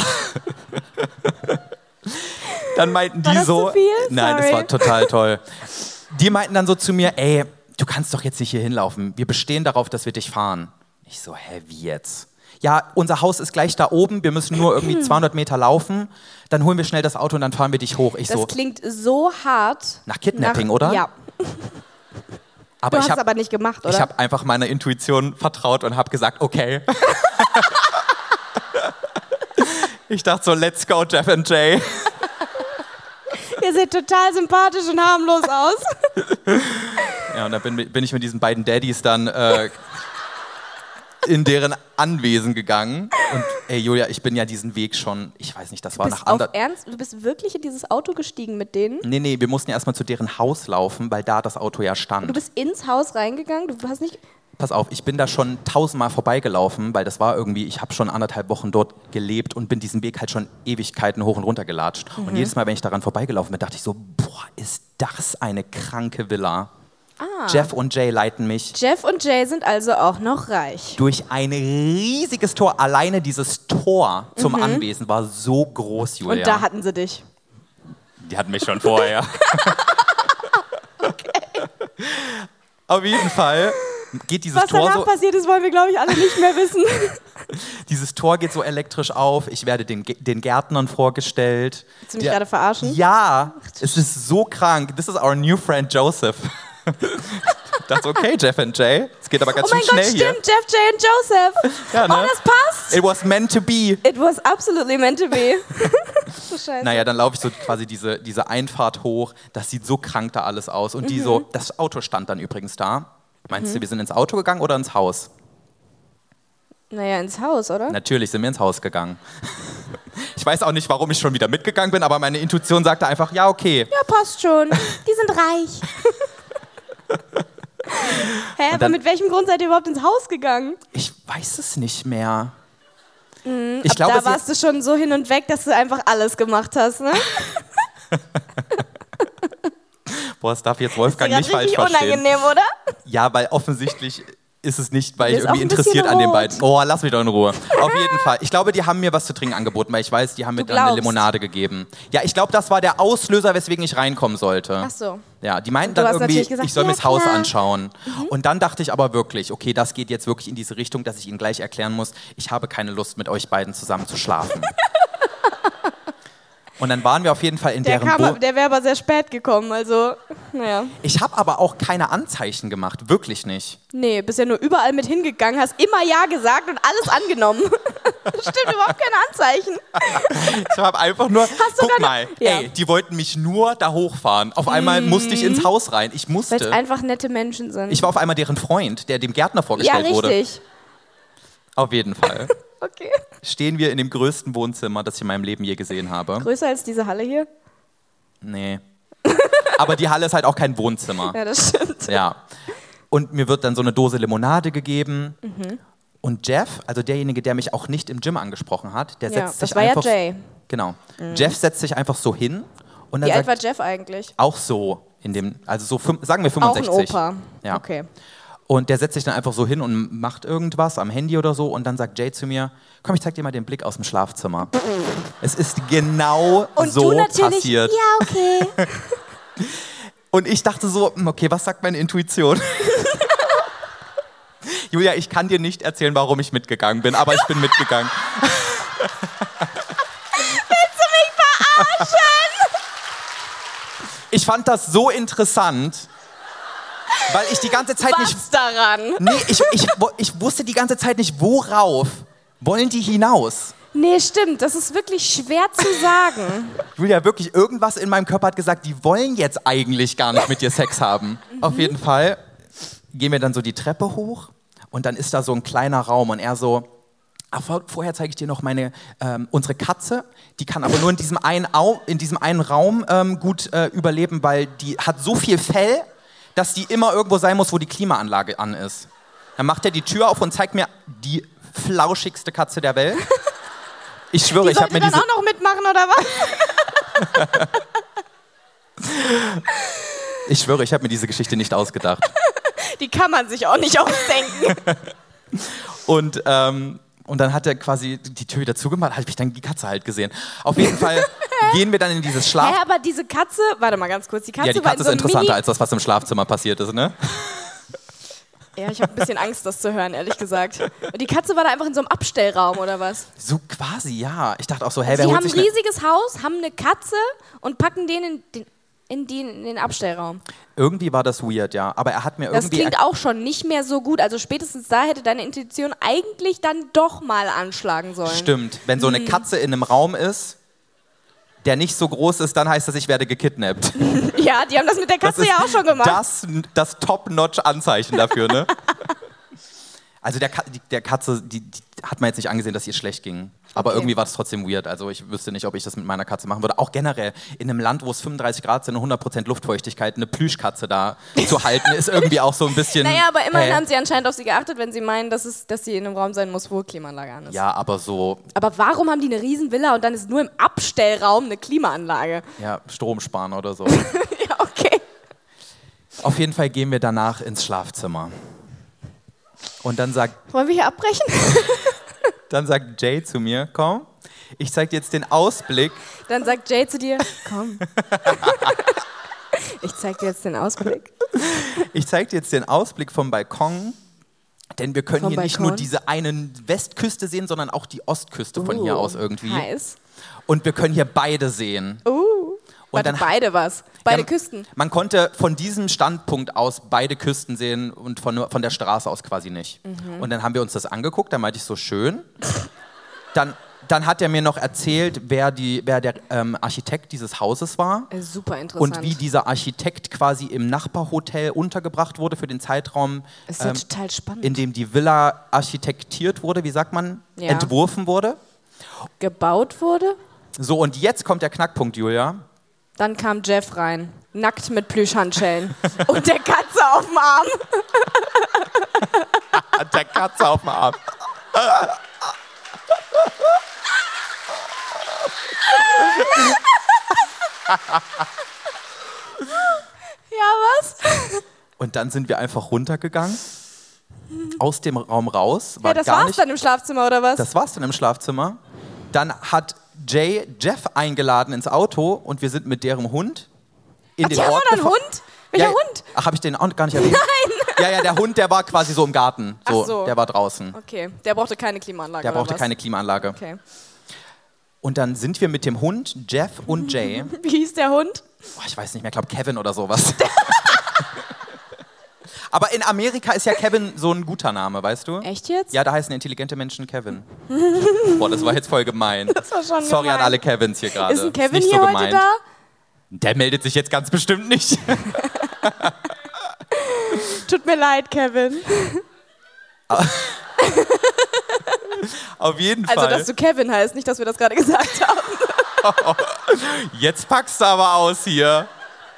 dann meinten die das so, zu viel? nein, das Sorry. war total toll. Die meinten dann so zu mir, ey, du kannst doch jetzt nicht hier hinlaufen. Wir bestehen darauf, dass wir dich fahren. Ich so, hä, wie jetzt? Ja, unser Haus ist gleich da oben. Wir müssen nur irgendwie 200 Meter laufen. Dann holen wir schnell das Auto und dann fahren wir dich hoch. Ich Das so, klingt so hart. nach Kidnapping, oder? Ja. Du aber ich hast es habe aber nicht gemacht, oder? ich hab einfach meiner Intuition vertraut und habe gesagt, okay. ich dachte so, let's go, Jeff and Jay. Ihr seht total sympathisch und harmlos aus. Ja, und dann bin, bin ich mit diesen beiden Daddys dann äh, in deren Anwesen gegangen. Und ey, Julia, ich bin ja diesen Weg schon, ich weiß nicht, das war bist nach auf ander. Ernst? Du bist wirklich in dieses Auto gestiegen mit denen? Nee, nee, wir mussten erstmal zu deren Haus laufen, weil da das Auto ja Du stand. bist ins Haus reingegangen? Du hast nicht. Pass auf, ich bin da schon tausendmal vorbeigelaufen, weil das war irgendwie, ich habe schon anderthalb Wochen dort gelebt und bin diesen Weg halt schon Ewigkeiten hoch und runter gelatscht. Mhm. Und jedes Mal, wenn ich daran vorbeigelaufen bin, dachte ich so, boah, ist das eine kranke Villa. Ah. Jeff und Jay leiten mich Jeff und Jay sind also auch noch reich. durch ein riesiges Tor. Alleine dieses Tor zum Anwesen war so groß, Julia. Mhm. Und da hatten sie dich. Die hatten mich schon vorher. Auf jeden Fall geht dieses Was Tor danach so, passiert ist, wollen wir, glaube ich, alle nicht mehr wissen. Dieses Tor geht so elektrisch auf. Ich werde den, G- den Gärtnern vorgestellt. Willst du mich Der- gerade verarschen? Ja, es ist so krank. This is our new friend Joseph. das ist okay, Jeff and Jay. Es geht aber ganz Oh mein schön Gott, schnell hier. stimmt, Jeff, Jay und Joseph. Ja, Oh, ne? das passt. It was meant to be. It was absolutely meant to be. so scheiße. Naja, dann laufe ich so quasi diese, diese Einfahrt hoch. Das sieht so krank da alles aus. Und die Mhm. so, das Auto stand dann übrigens da. Meinst du, wir sind ins Auto gegangen oder ins Haus? Naja, ins Haus, oder? Natürlich sind wir ins Haus gegangen. Ich weiß auch nicht, warum ich schon wieder mitgegangen bin, aber meine Intuition sagte einfach, ja, okay. Ja, passt schon. Die sind reich. Hä, aber dann- mit welchem Grund seid ihr überhaupt ins Haus gegangen? Ich weiß es nicht mehr. ich glaube, Mhm, da sie- warst du schon so hin und weg, dass du einfach alles gemacht hast, ne? Boah, das darf jetzt Wolfgang Grad nicht falsch richtig verstehen. unangenehm, oder? Ja, weil offensichtlich ist es nicht, weil Mir ich ist auch irgendwie ein bisschen interessiert an den rot. beiden. Oh, lass mich doch in Ruhe. Auf jeden Fall. Ich glaube, die haben mir was zu trinken angeboten, weil ich weiß, die haben mir Du dann eine glaubst. Limonade gegeben. Ja, ich glaube, das war der Auslöser, weswegen ich reinkommen sollte. Ach so. Ja, die meinten Du dann hast irgendwie, natürlich gesagt, ich soll ja, mir das Haus klar. Mhm. anschauen. Und dann dachte ich aber wirklich, okay, das geht jetzt wirklich in diese Richtung, dass ich ihnen gleich erklären muss, ich habe keine Lust, mit euch beiden zusammen zu schlafen. Und dann waren wir auf jeden Fall in Der, deren kam, Wohnung. ab- der wäre aber sehr spät gekommen, also, naja. Ich habe aber auch keine Anzeichen gemacht, wirklich nicht. Nee, bist ja nur überall mit hingegangen, hast immer Ja gesagt und alles angenommen. Stimmt, überhaupt keine Anzeichen. Ich habe einfach nur, du guck keine- mal, Ja. Mhm. ey, die wollten mich nur da hochfahren. Auf einmal musste ich ins Haus rein. Ich Weil es musste. einfach nette Menschen sind. Ich war auf einmal deren Freund, der dem Gärtner ja, vorgestellt wurde. richtig. Auf jeden Fall Okay. stehen wir in dem größten Wohnzimmer, das ich in meinem Leben je gesehen habe. Größer als diese Halle hier? Nee. Aber die Halle ist halt auch kein Wohnzimmer. Ja, das stimmt. Ja. Und mir wird dann so eine Dose Limonade gegeben. Mhm. Und Jeff, also derjenige, der mich auch nicht im Gym angesprochen hat, der Ja, setzt das sich war ja einfach. Jay. Mhm. Genau. Jeff setzt sich einfach so hin und dann Wie alt sagt war Jeff eigentlich? auch so in dem, also so fün- sagen wir Auch ein 65. Opa. Ja. Okay. Und der setzt sich dann einfach so hin und macht irgendwas am Handy oder so und dann sagt Jay zu mir, komm, ich zeig dir mal den Blick aus dem Schlafzimmer. es ist genau Und so du natürlich, passiert. Ja, okay. Und ich dachte so, hm, okay, was sagt meine Intuition? Julia, ich kann dir nicht erzählen, warum ich mitgegangen bin, aber ich bin mitgegangen. Willst du mich verarschen? Ich fand das so interessant, weil ich die ganze Zeit nicht Was daran? Nee, ich, ich, wo- ich wusste die ganze Zeit nicht, worauf wollen die hinaus? Nee, stimmt. Das ist wirklich schwer zu sagen. Julia, wirklich, irgendwas in meinem Körper hat gesagt, die wollen jetzt eigentlich gar nicht mit dir Sex haben. Mhm. Auf jeden Fall gehen wir dann so die Treppe hoch und dann ist da so ein kleiner Raum und er so, "Ah, vor- vorher zeige ich dir noch meine, ähm, unsere Katze, die kann aber nur in diesem einen, Au in diesem einen Raum ähm, gut äh, überleben, weil die hat so viel Fell, dass die immer irgendwo sein muss, wo die Klimaanlage an ist. Dann macht er die Tür auf und zeigt mir die flauschigste Katze der Welt. Ich schwöre, ich habe Sollte mir dann diese... auch noch mitmachen, oder was? Ich schwöre, ich habe mir diese Geschichte nicht ausgedacht. Die kann man sich auch nicht ausdenken. Und, ähm, und dann hat er quasi die Tür wieder zugemacht, habe ich dann die Katze halt gesehen. Auf jeden Fall gehen wir dann in dieses Hä, Schlaf... aber diese Katze, warte mal ganz kurz, die Katze, Ah. Ja, die war Katze in so ist einem interessanter Mini als das, was im Schlafzimmer passiert ist, ne? Ja, ich habe ein bisschen Angst, das zu hören, ehrlich gesagt. Und die Katze war da einfach in so einem Abstellraum oder was? So quasi, ja. Ich dachte auch so, hä, Die wer haben holt ein sich ne- riesiges Haus, haben eine Katze und packen den in den, in den, in den Abstellraum. Irgendwie war das weird, ja. Aber er hat mir Das irgendwie... klingt auch schon nicht mehr so gut. Also spätestens da hätte deine Intuition eigentlich dann doch mal anschlagen sollen. Stimmt, wenn Hm. so eine Katze in einem Raum ist, der nicht so groß ist, dann heißt das, ich werde gekidnappt. Ja, die haben das mit der Das Katze ja auch schon gemacht. Das, das Top-Notch-Anzeichen dafür, ne? Also der, Ka die, der Katze, die, die hat man jetzt nicht angesehen, dass ihr schlecht ging. Aber irgendwie war das trotzdem weird. Also ich wüsste nicht, ob ich das mit meiner Katze machen würde. Auch generell in einem Land, wo es 35 Grad sind und 100% Luftfeuchtigkeit, eine Plüschkatze da zu halten, ist irgendwie auch so ein bisschen... naja, aber immerhin hä? haben sie anscheinend auf sie geachtet, wenn sie meinen, dass, es, dass sie in einem Raum sein muss, wo Klimaanlage an ist. Ja, aber so, Aber warum haben die eine Riesenvilla und dann ist nur im Abstellraum eine Klimaanlage? ja, Strom sparen oder so. ja, okay. Auf jeden Fall gehen wir danach ins Schlafzimmer. Und dann sagt Wollen wir hier abbrechen? Dann sagt Jay zu mir, komm, ich zeig dir jetzt den Ausblick. Dann sagt Jay zu dir, komm. ich zeig dir jetzt den Ausblick. Ich zeig dir jetzt den Ausblick vom Balkon Denn wir können Vom hier nicht Balkon? nur diese eine Westküste sehen, sondern auch die Ostküste von hier Uh, aus irgendwie. Heiß. Und wir können hier beide sehen. Uh. Und Warte, dann- beide was. Beide Ja, Küsten. Man konnte von diesem Standpunkt aus beide Küsten sehen und von, von der Straße aus quasi nicht. Mhm. Und dann haben wir uns das angeguckt, dann meinte ich so schön. Dann, dann hat er mir noch erzählt, wer, die, wer der ähm, Architekt dieses Hauses war. Äh, super interessant. Und wie dieser Architekt quasi im Nachbarhotel untergebracht wurde für den Zeitraum, ist ja ähm, total spannend. in dem die Villa architektiert wurde, wie sagt man, Ja. entworfen wurde. Gebaut wurde. So, und jetzt kommt der Knackpunkt, Julia. Dann kam Jeff rein, nackt mit Plüschhandschellen und der Katze auf dem Arm. Hat der Katze auf dem Arm. Ja, was? Und dann sind wir einfach runtergegangen, aus dem Raum raus. War Ja, das gar war's nicht, dann im Schlafzimmer, oder was? Das war's dann im Schlafzimmer. Dann hat Jay Jeff eingeladen ins Auto und wir sind mit deren Hund in Hat den die auch Ort noch einen gefahren. Hund? Welcher ja, Hund? Ach, habe ich den auch gar nicht erwähnt? Nein! Ja, ja, der Hund, der war quasi so im Garten. So, Ach so. Der war draußen. Okay, der brauchte keine Klimaanlage. Der brauchte oder was? keine Klimaanlage. Okay. Und dann sind wir mit dem Hund, Jeff und Jay, Wie hieß der Hund? boah, ich weiß nicht mehr, ich glaube Kevin oder sowas. Aber in Amerika ist ja Kevin so ein guter Name, weißt du? Echt jetzt? Ja, da heißen intelligente Menschen Kevin. Boah, das war jetzt voll gemein. Das war schon Sorry gemein. an alle Kevins hier gerade. Ist ein Kevin nicht hier so heute gemeint. da? Der meldet sich jetzt ganz bestimmt nicht. Tut mir leid, Kevin. Auf jeden Also, Fall. dass du Kevin heißt, nicht, dass wir das gerade gesagt haben. jetzt packst du aber aus hier.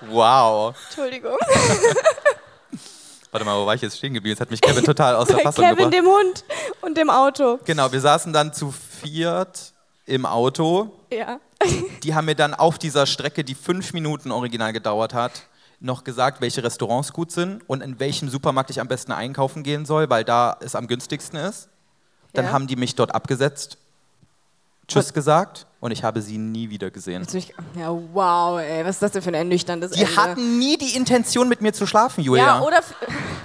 Wow. Entschuldigung. Warte mal, wo war ich jetzt stehen geblieben? Jetzt hat mich Kevin total aus der Fassung Kevin, gebracht. dem Hund und dem Auto. Genau, wir saßen dann zu viert im Auto. Ja. Die haben mir dann auf dieser Strecke, die fünf Minuten original gedauert hat, noch gesagt, welche Restaurants gut sind und in welchem Supermarkt ich am besten einkaufen gehen soll, weil da es am günstigsten ist. Dann Ja. haben die mich dort abgesetzt, Tschüss gesagt und ich habe sie nie wieder gesehen. Willst du mich- Ja, wow, ey. Was ist das denn für ein ernüchterndes Die Ende? hatten nie die Intention, mit mir zu schlafen, Julia. ja, oder f-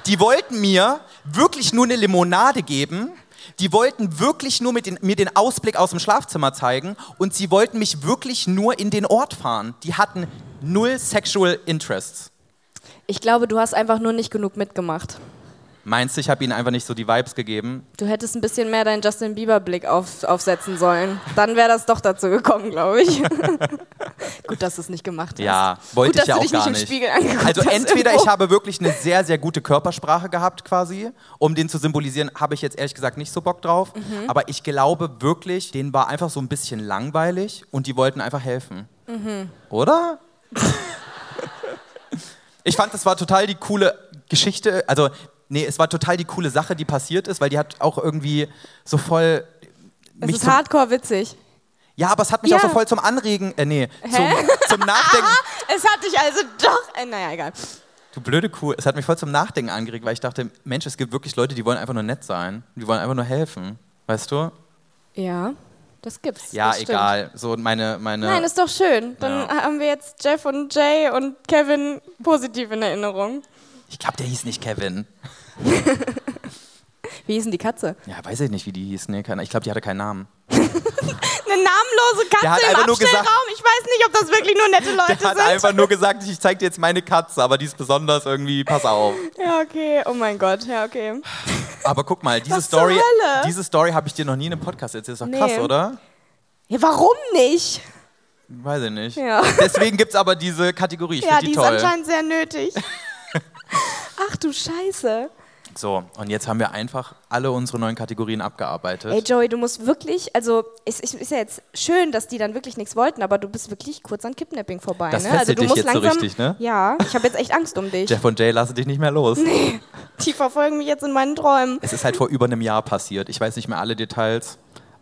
Die wollten mir wirklich nur eine Limonade geben. Die wollten wirklich nur mit den, mir den Ausblick aus dem Schlafzimmer zeigen und sie wollten mich wirklich nur in den Ort fahren. Die hatten null Sexual Interests. ich glaube, du hast einfach nur nicht genug mitgemacht. Meinst du, ich habe ihnen einfach nicht so die Vibes gegeben? Du hättest ein bisschen mehr deinen Justin Bieber-Blick auf, aufsetzen sollen. Dann wäre das doch dazu gekommen, glaube ich. Gut, dass du es nicht gemacht hast. Ja, wollte Gut, dass ich ja du auch dich gar nicht im nicht. Spiegel angeguckt also hast Oh. entweder ich irgendwo. habe wirklich eine sehr, sehr gute Körpersprache gehabt quasi, um den zu symbolisieren, habe ich jetzt ehrlich gesagt nicht so Bock drauf, Mhm. aber ich glaube wirklich, denen war einfach so ein bisschen langweilig und die wollten einfach helfen. Mhm. Oder? ich fand, das war total die coole Geschichte, also nee, es war total die coole Sache, die passiert ist, weil die hat auch irgendwie so voll... Es ist zum- hardcore witzig. ja, aber es hat mich Ja. auch so voll zum Anregen, äh, nee, zum, zum Nachdenken. Es hat dich also doch. Äh, naja, egal. Du blöde Kuh, es hat mich voll zum Nachdenken angeregt, weil ich dachte, Mensch, es gibt wirklich Leute, die wollen einfach nur nett sein, die wollen einfach nur helfen, weißt du? Ja, das gibt's. Ja, das stimmt. egal. So meine, meine. Nein, ist doch schön. Dann Ja. haben wir jetzt Jeff und Jay und Kevin positiv in Erinnerung. ich glaube, der hieß nicht Kevin. Wie hieß denn die Katze? Ja, weiß ich nicht, wie die hieß. Nee, keine, ich glaube, die hatte keinen Namen. Eine namenlose Der hat Katze im einfach nur gesagt- Abstellraum. Ich weiß nicht, ob das wirklich nur nette Leute Der hat sind. einfach nur gesagt, ich zeig dir jetzt meine Katze, aber die ist besonders irgendwie, pass auf. Ja, okay. Oh mein Gott. Ja, okay. Aber guck mal, diese Was zur Story, Hölle? diese Story habe ich dir noch nie in einem Podcast erzählt. Ist doch Nee. krass, oder? Ja, warum nicht? Weiß ich nicht. Ja. Deswegen gibt es aber diese Kategorie. Ich Ja, finde die die ist toll. anscheinend sehr nötig. Ach du Scheiße. So, und jetzt haben wir einfach alle unsere neuen Kategorien abgearbeitet. Ey Joey, du musst wirklich, also es ist, ist ja jetzt schön, dass die dann wirklich nichts wollten, aber du bist wirklich kurz an Kidnapping vorbei. Das ne? fesselt Also du dich musst jetzt so langsam, richtig, ne? Ja, ich habe jetzt echt Angst um dich. Jeff und Jay lassen dich nicht mehr los. Die verfolgen mich jetzt in meinen Träumen. Es ist halt vor über einem Jahr passiert. Ich weiß nicht mehr alle Details,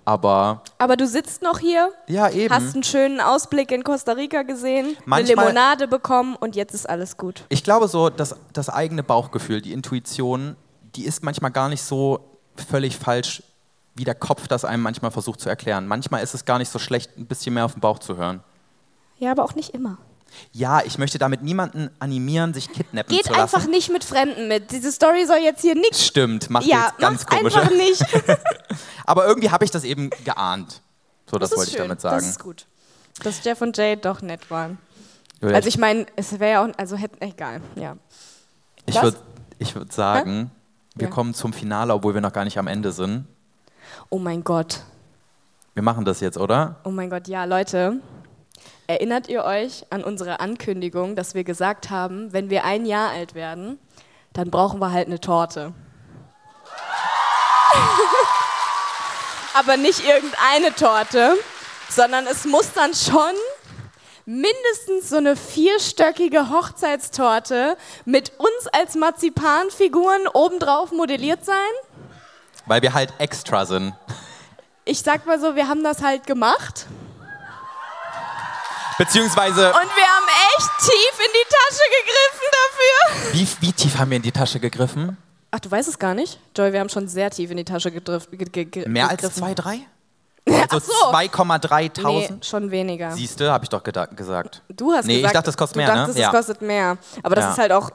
aber Aber du sitzt noch hier, ja, eben. hast einen schönen Ausblick in Costa Rica gesehen, Manchmal- eine Limonade bekommen und jetzt ist alles gut. ich glaube so, dass das eigene Bauchgefühl, die Intuition, die ist manchmal gar nicht so völlig falsch, wie der Kopf das einem manchmal versucht zu erklären. Manchmal ist es gar nicht so schlecht, ein bisschen mehr auf den Bauch zu hören. Ja, aber auch nicht immer. Ja, ich möchte damit niemanden animieren, sich kidnappen Geht zu lassen. einfach nicht mit Fremden mit. Diese Story soll jetzt hier nichts. Stimmt, macht Ja, jetzt ganz macht komische. einfach nicht. Aber irgendwie habe ich das eben geahnt. So, das, ist wollte ich schön. damit sagen. Das ist gut. Dass Jeff und Jay doch nett waren. Julia, Also ich meine, es wäre ja auch, also hätten, egal, ja. ich was? würde ich würd sagen, wir Ja. kommen zum Finale, obwohl wir noch gar nicht am Ende sind. Oh mein Gott, Wir machen das jetzt, oder? oh mein Gott, ja, Leute. Erinnert ihr euch an unsere Ankündigung, dass wir gesagt haben, wenn wir ein Jahr alt werden, dann brauchen wir halt eine Torte. Aber nicht irgendeine Torte, sondern es muss dann schon mindestens so eine vierstöckige Hochzeitstorte mit uns als Marzipanfiguren obendrauf modelliert sein. Weil wir halt extra sind. ich sag mal so, wir haben das halt gemacht Beziehungsweise, und wir haben echt tief in die Tasche gegriffen dafür. wie, wie tief haben wir in die Tasche gegriffen? Ach, du weißt es gar nicht? Joy, wir haben schon sehr tief in die Tasche gedrift, ge ge ge- Mehr als gegriffen. 2, 3? Also 2,3 Nee, Tausend? schon weniger. Siehst du, habe ich doch geda- gesagt. du hast Nee, ich gesagt, dachte, es kostet du mehr, ne? dachtest, Ja. es kostet mehr. Aber das Ja. ist halt auch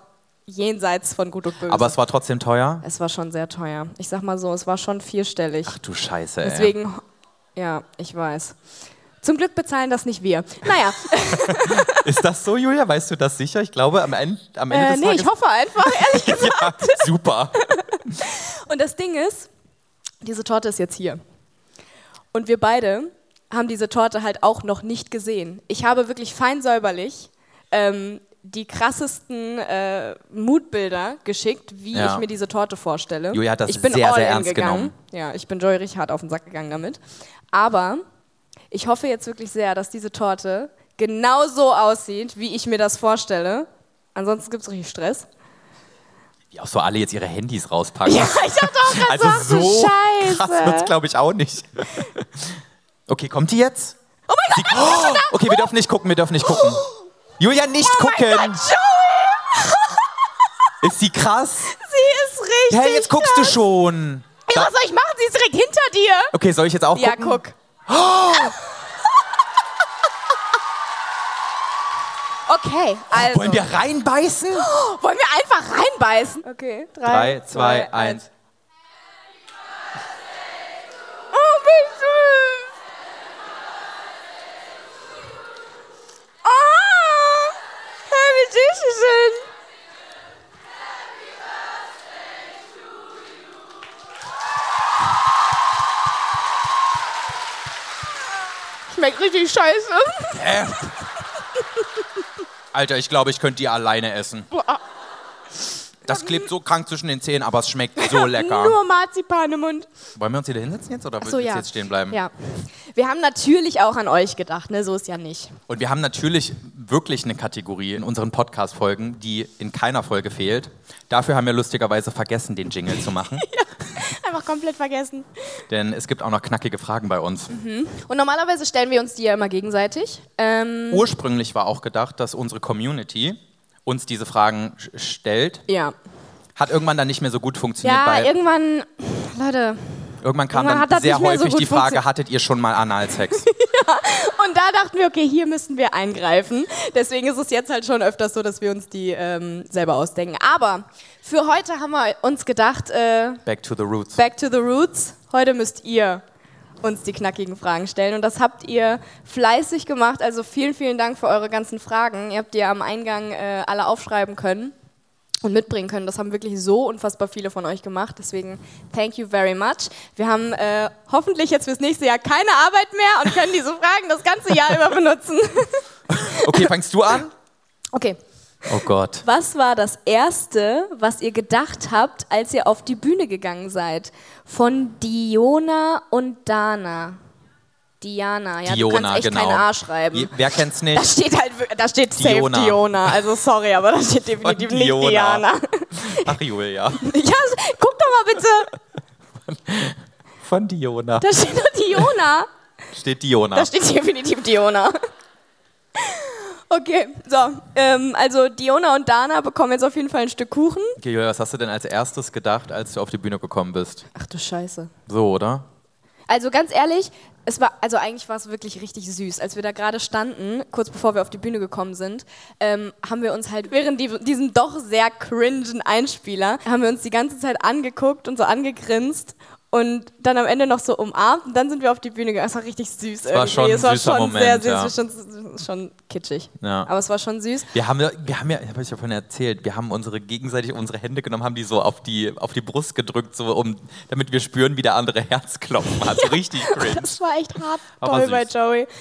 jenseits von Gut und Böse. Aber es war trotzdem teuer. es war schon sehr teuer. Ich sag mal so, es war schon vierstellig. Ach du Scheiße, ey. Deswegen, ja, ich weiß. Zum Glück bezahlen das nicht wir. Naja, Ist das so, Julia? Weißt du das sicher? Ich glaube, am Ende, am Ende äh, des nee, ich Tages... hoffe einfach, ehrlich gesagt. ja, super. Und das Ding ist, diese Torte ist jetzt hier. Und wir beide haben diese Torte halt auch noch nicht gesehen. Ich habe wirklich fein säuberlich ähm, die krassesten äh, Mutbilder geschickt, wie Ja. ich mir diese Torte vorstelle. Julia hat das ich bin sehr, all sehr in ernst gegangen. genommen. Ja, ich bin Joy richtig hart auf den Sack gegangen damit. Aber ich hoffe jetzt wirklich sehr, dass diese Torte genau so aussieht, wie ich mir das vorstelle. Ansonsten gibt es richtig Stress. Wie auch so alle jetzt ihre Handys rauspacken. Ich dachte auch gerade Also so, ach du so Scheiße. krass wird's, glaube ich, auch nicht. Okay, kommt die jetzt? Oh mein Gott! Oh, okay, wir dürfen nicht gucken, wir dürfen nicht gucken. Julia, nicht Oh gucken! Ist sie krass? Sie ist richtig. hey, jetzt guckst du schon. Ja, was soll ich machen? Sie ist direkt hinter dir. Okay, soll ich jetzt auch Ja, gucken? Oh. guck. Okay, also. Wollen wir reinbeißen? wollen wir einfach reinbeißen? Okay, drei, Drei, zwei, eins. Oh, wie süß. Oh, hey, wie süß sie sind. Schmeckt richtig scheiße. Äh. Alter, ich glaube, ich könnte die alleine essen. Das klebt so krank zwischen den Zähnen, aber es schmeckt so lecker. Nur Marzipan im Mund. Wollen wir uns wieder hinsetzen jetzt oder willst So, du ja. jetzt stehen bleiben? Ja. Wir haben natürlich auch an euch gedacht, ne? So ist ja nicht. Und wir haben natürlich wirklich eine Kategorie in unseren Podcast-Folgen, die in keiner Folge fehlt. Dafür haben wir lustigerweise vergessen, den Jingle zu machen, Einfach komplett vergessen. denn es gibt auch noch knackige Fragen bei uns. Mhm. Und normalerweise stellen wir uns die ja immer gegenseitig. Ähm, Ursprünglich war auch gedacht, dass unsere Community uns diese Fragen sch- stellt. ja. Hat irgendwann dann nicht mehr so gut funktioniert, Ja, weil irgendwann, Leute. irgendwann kam irgendwann hat dann das sehr nicht mehr so häufig gut die Frage, hattet ihr schon mal Analsex? Und da dachten wir, okay, hier müssen wir eingreifen. Deswegen ist es jetzt halt schon öfters so, dass wir uns die ähm, selber ausdenken. Aber für heute haben wir uns gedacht, äh, Back to the roots. back to the roots. Heute müsst ihr uns die knackigen Fragen stellen. Und das habt ihr fleißig gemacht. Also vielen, vielen Dank für eure ganzen Fragen. Ihr habt die am Eingang äh, alle aufschreiben können und mitbringen können. Das haben wirklich so unfassbar viele von euch gemacht. Deswegen thank you very much. Wir haben äh, hoffentlich jetzt fürs nächste Jahr keine Arbeit mehr und können diese Fragen das ganze Jahr über benutzen. Okay, fangst du an? Okay. Oh Gott. Was war das Erste, was ihr gedacht habt, als ihr auf die Bühne gegangen seid? Von Diona und Dana. Diana, ja, du Diona, kannst echt genau. keinen A schreiben. Wer kennt's Da nicht? steht halt, wir- da steht safe Diona. Diona. Also sorry, aber da steht definitiv nicht Diona. Diana. Ach, Julia. Ja, guck doch mal bitte, Von Diona. da steht doch Diona. Steht Diona. Da steht definitiv Diona. Okay, so, ähm, also Diona und Dana bekommen jetzt auf jeden Fall ein Stück Kuchen. Okay, Julia, was hast du denn als erstes gedacht, als du auf die Bühne gekommen bist? Ach du Scheiße. So, oder? Also ganz ehrlich, es war, also eigentlich war es wirklich richtig süß. Als wir da gerade standen, kurz bevor wir auf die Bühne gekommen sind, ähm, haben wir uns halt während die, diesem doch sehr cringen Einspieler, haben wir uns die ganze Zeit angeguckt und so angegrinst und dann am Ende noch so umarmt und dann sind wir auf die Bühne gegangen. Es war richtig süß war irgendwie. schon ein es war süßer schon sehr Moment, süß, ja. es war schon, schon kitschig. Ja. Aber es war schon süß. Wir haben, ja- wir haben ja, habe ich ja vorhin erzählt, wir haben unsere gegenseitig unsere Hände genommen, haben die so auf die, auf die Brust gedrückt, so um, damit wir spüren, wie der andere Herzklopfen hat. Richtig cringe. Das war echt hart Aber toll bei süß. Joey.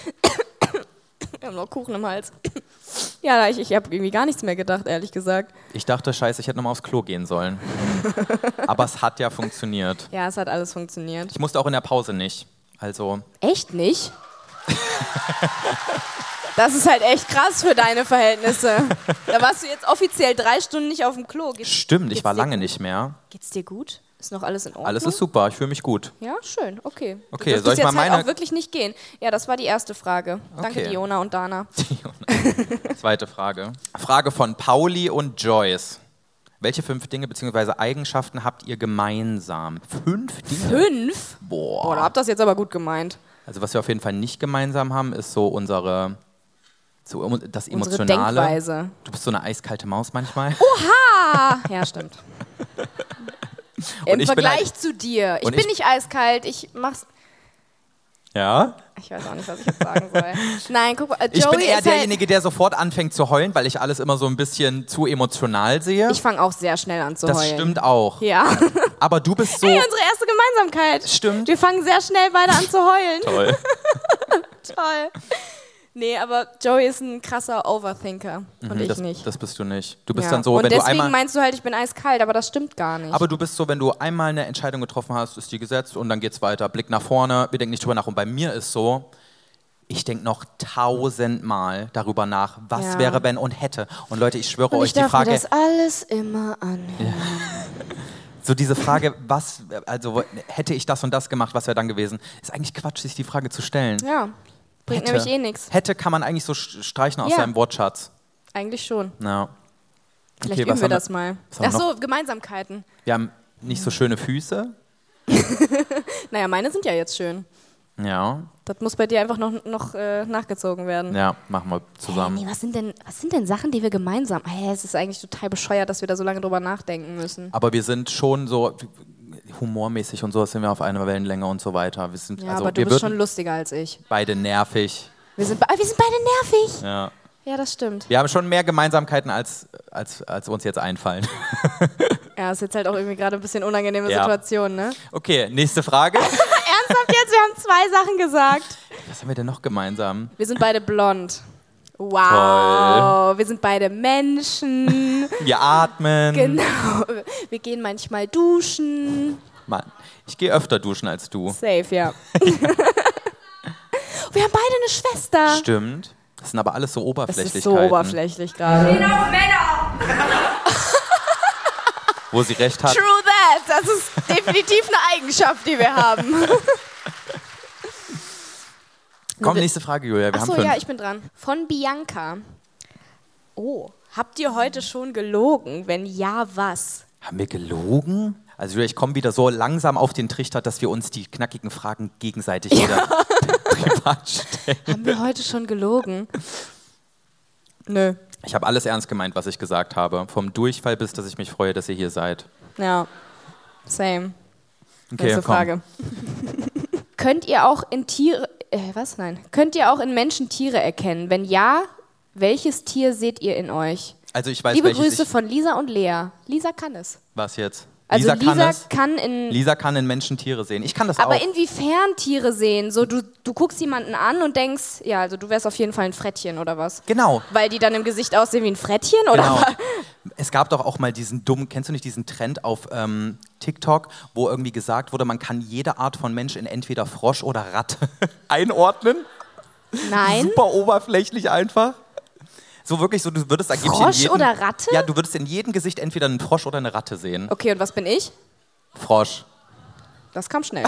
Wir haben noch Kuchen im Hals. Ja, ich, ich habe irgendwie gar nichts mehr gedacht, ehrlich gesagt. Ich dachte, scheiße, ich hätte nochmal aufs Klo gehen sollen. Aber es hat ja funktioniert. Ja, es hat alles funktioniert. Ich musste auch in der Pause nicht. Also, Echt nicht? Das ist halt echt krass für deine Verhältnisse. Da warst du jetzt offiziell drei Stunden nicht auf dem Klo. Geht's, stimmt, ich Geht's war dir lange gut? nicht mehr. geht's dir gut? Ist noch alles in Ordnung? Alles ist super, ich fühle mich gut. Ja, schön, okay. Okay, du dürftest soll ich jetzt mal Halt meine- auch wirklich nicht gehen. Ja, das war die erste Frage. Danke, Okay. Diona und Dana. Zweite Frage. Frage von Pauli und Joyce. Welche fünf Dinge bzw. Eigenschaften habt ihr gemeinsam? Fünf Dinge? Fünf? Boah. Boah, da habt ihr das jetzt aber gut gemeint. Also was wir auf jeden Fall nicht gemeinsam haben, ist so unsere so emo- das Unsere emotionale. Denkweise. Oh. Du bist so eine eiskalte Maus manchmal. Ah, ja, stimmt. Im ich bin Vergleich halt- zu dir. Ich und bin ich- nicht eiskalt. Ich mach's. Ja. Ich weiß auch nicht, was ich jetzt sagen soll. Nein, guck mal. äh, Joey Ich bin eher ist halt, derjenige, der sofort anfängt zu heulen, weil ich alles immer so ein bisschen zu emotional sehe. Ich fange auch sehr schnell an zu das heulen. stimmt auch. Ja. Aber du bist so Hey, unsere erste Gemeinsamkeit. Stimmt. Wir fangen sehr schnell beide an zu heulen. toll. Toll. Nee, aber Joey ist ein krasser Overthinker. Und ich Mhm. das, nicht. das bist du nicht. Du bist Ja. dann so, Und wenn du deswegen einmal meinst du halt, ich bin eiskalt, aber das stimmt gar nicht. Aber du bist so, wenn du einmal eine Entscheidung getroffen hast, ist die gesetzt und dann geht's weiter. Blick nach vorne, wir denken nicht drüber nach. Und bei mir ist so, ich denke noch tausendmal darüber nach, was Ja. wäre, wenn und hätte. Und Leute, ich schwöre und euch, ich die darf mir Frage, das alles immer anhören. so diese Frage, was, also hätte ich das und das gemacht, was wäre dann gewesen, ist eigentlich Quatsch, sich die Frage zu stellen. Ja. Bringt Hätte. nämlich eh nichts. Hätte kann man eigentlich so sch- streichen aus Ja. seinem Wortschatz. Eigentlich schon. Ja. Vielleicht Okay, üben was wir haben wir- das mal. was haben Ach wir so, Gemeinsamkeiten. Wir haben nicht so schöne Füße. Naja, meine sind ja jetzt schön. Ja, Das muss bei dir einfach noch, noch äh, nachgezogen werden. ja, machen wir zusammen. Nee, was sind denn, was sind denn Sachen, die wir gemeinsam? Hey, es ist eigentlich total bescheuert, dass wir da so lange drüber nachdenken müssen. Aber wir sind schon so humormäßig und sowas sind wir auf einer Wellenlänge und so weiter. Wir sind, Ja, also aber du wir bist würden schon lustiger als ich. beide nervig. Wir sind, be- ah, wir sind beide nervig. Ja. Ja, das stimmt. Wir haben schon mehr Gemeinsamkeiten, als, als, als uns jetzt einfallen. Ja, ist jetzt halt auch irgendwie gerade ein bisschen unangenehme Ja. Situation, ne? Okay, nächste Frage. Ernsthaft jetzt? Wir haben zwei Sachen gesagt. Was haben wir denn noch gemeinsam? Wir sind beide blond. Wow. Wir sind beide Menschen. Wir atmen. genau. Wir gehen manchmal duschen. Mann, ich gehe öfter duschen als du. Safe, ja. Wir haben beide eine Schwester. Stimmt. Das sind aber alles so Das Oberflächlichkeiten. ist so oberflächlich gerade. Wo sie recht hat. True that. Das ist definitiv eine Eigenschaft, die wir haben. Komm, nächste Frage, Julia. Wir haben Achso, fünf. ja, ich bin dran. Von Bianca. Oh, habt ihr heute schon gelogen? Wenn ja, was? Haben wir gelogen? Also Julia, ich komme wieder so langsam auf den Trichter, dass wir uns die knackigen Fragen gegenseitig wieder privat stellen. Haben wir heute schon gelogen? Nö. Ich habe alles ernst gemeint, was ich gesagt habe. Vom Durchfall bis, dass ich mich freue, dass ihr hier seid. Ja. Same. Okay, Nächste komm. Frage. Könnt ihr auch in Tiere, äh, was? Nein. Könnt ihr auch in Menschen Tiere erkennen? Wenn ja, welches Tier seht ihr in euch? Also ich weiß, Liebe welches Grüße ich, von Lisa und Lea. Lisa kann es. was jetzt. Also Lisa, Lisa, kann es. kann in, Lisa kann in Menschen Tiere sehen. Ich kann das aber auch. inwiefern Tiere sehen? So du, du guckst jemanden an und denkst, ja, also du wärst auf jeden Fall ein Frettchen oder was? Genau. Weil die dann im Gesicht aussehen wie ein Frettchen oder? Genau. was? Es gab doch auch mal diesen dummen, kennst du nicht diesen Trend auf ähm, TikTok, wo irgendwie gesagt wurde, man kann jede Art von Mensch in entweder Frosch oder Ratte einordnen? Nein. Super oberflächlich einfach. So wirklich, so du würdest angeblich Frosch in jedem, oder Ratte? Ja, du würdest in jedem Gesicht entweder einen Frosch oder eine Ratte sehen. Okay, und was bin ich? Frosch. Das kam schnell.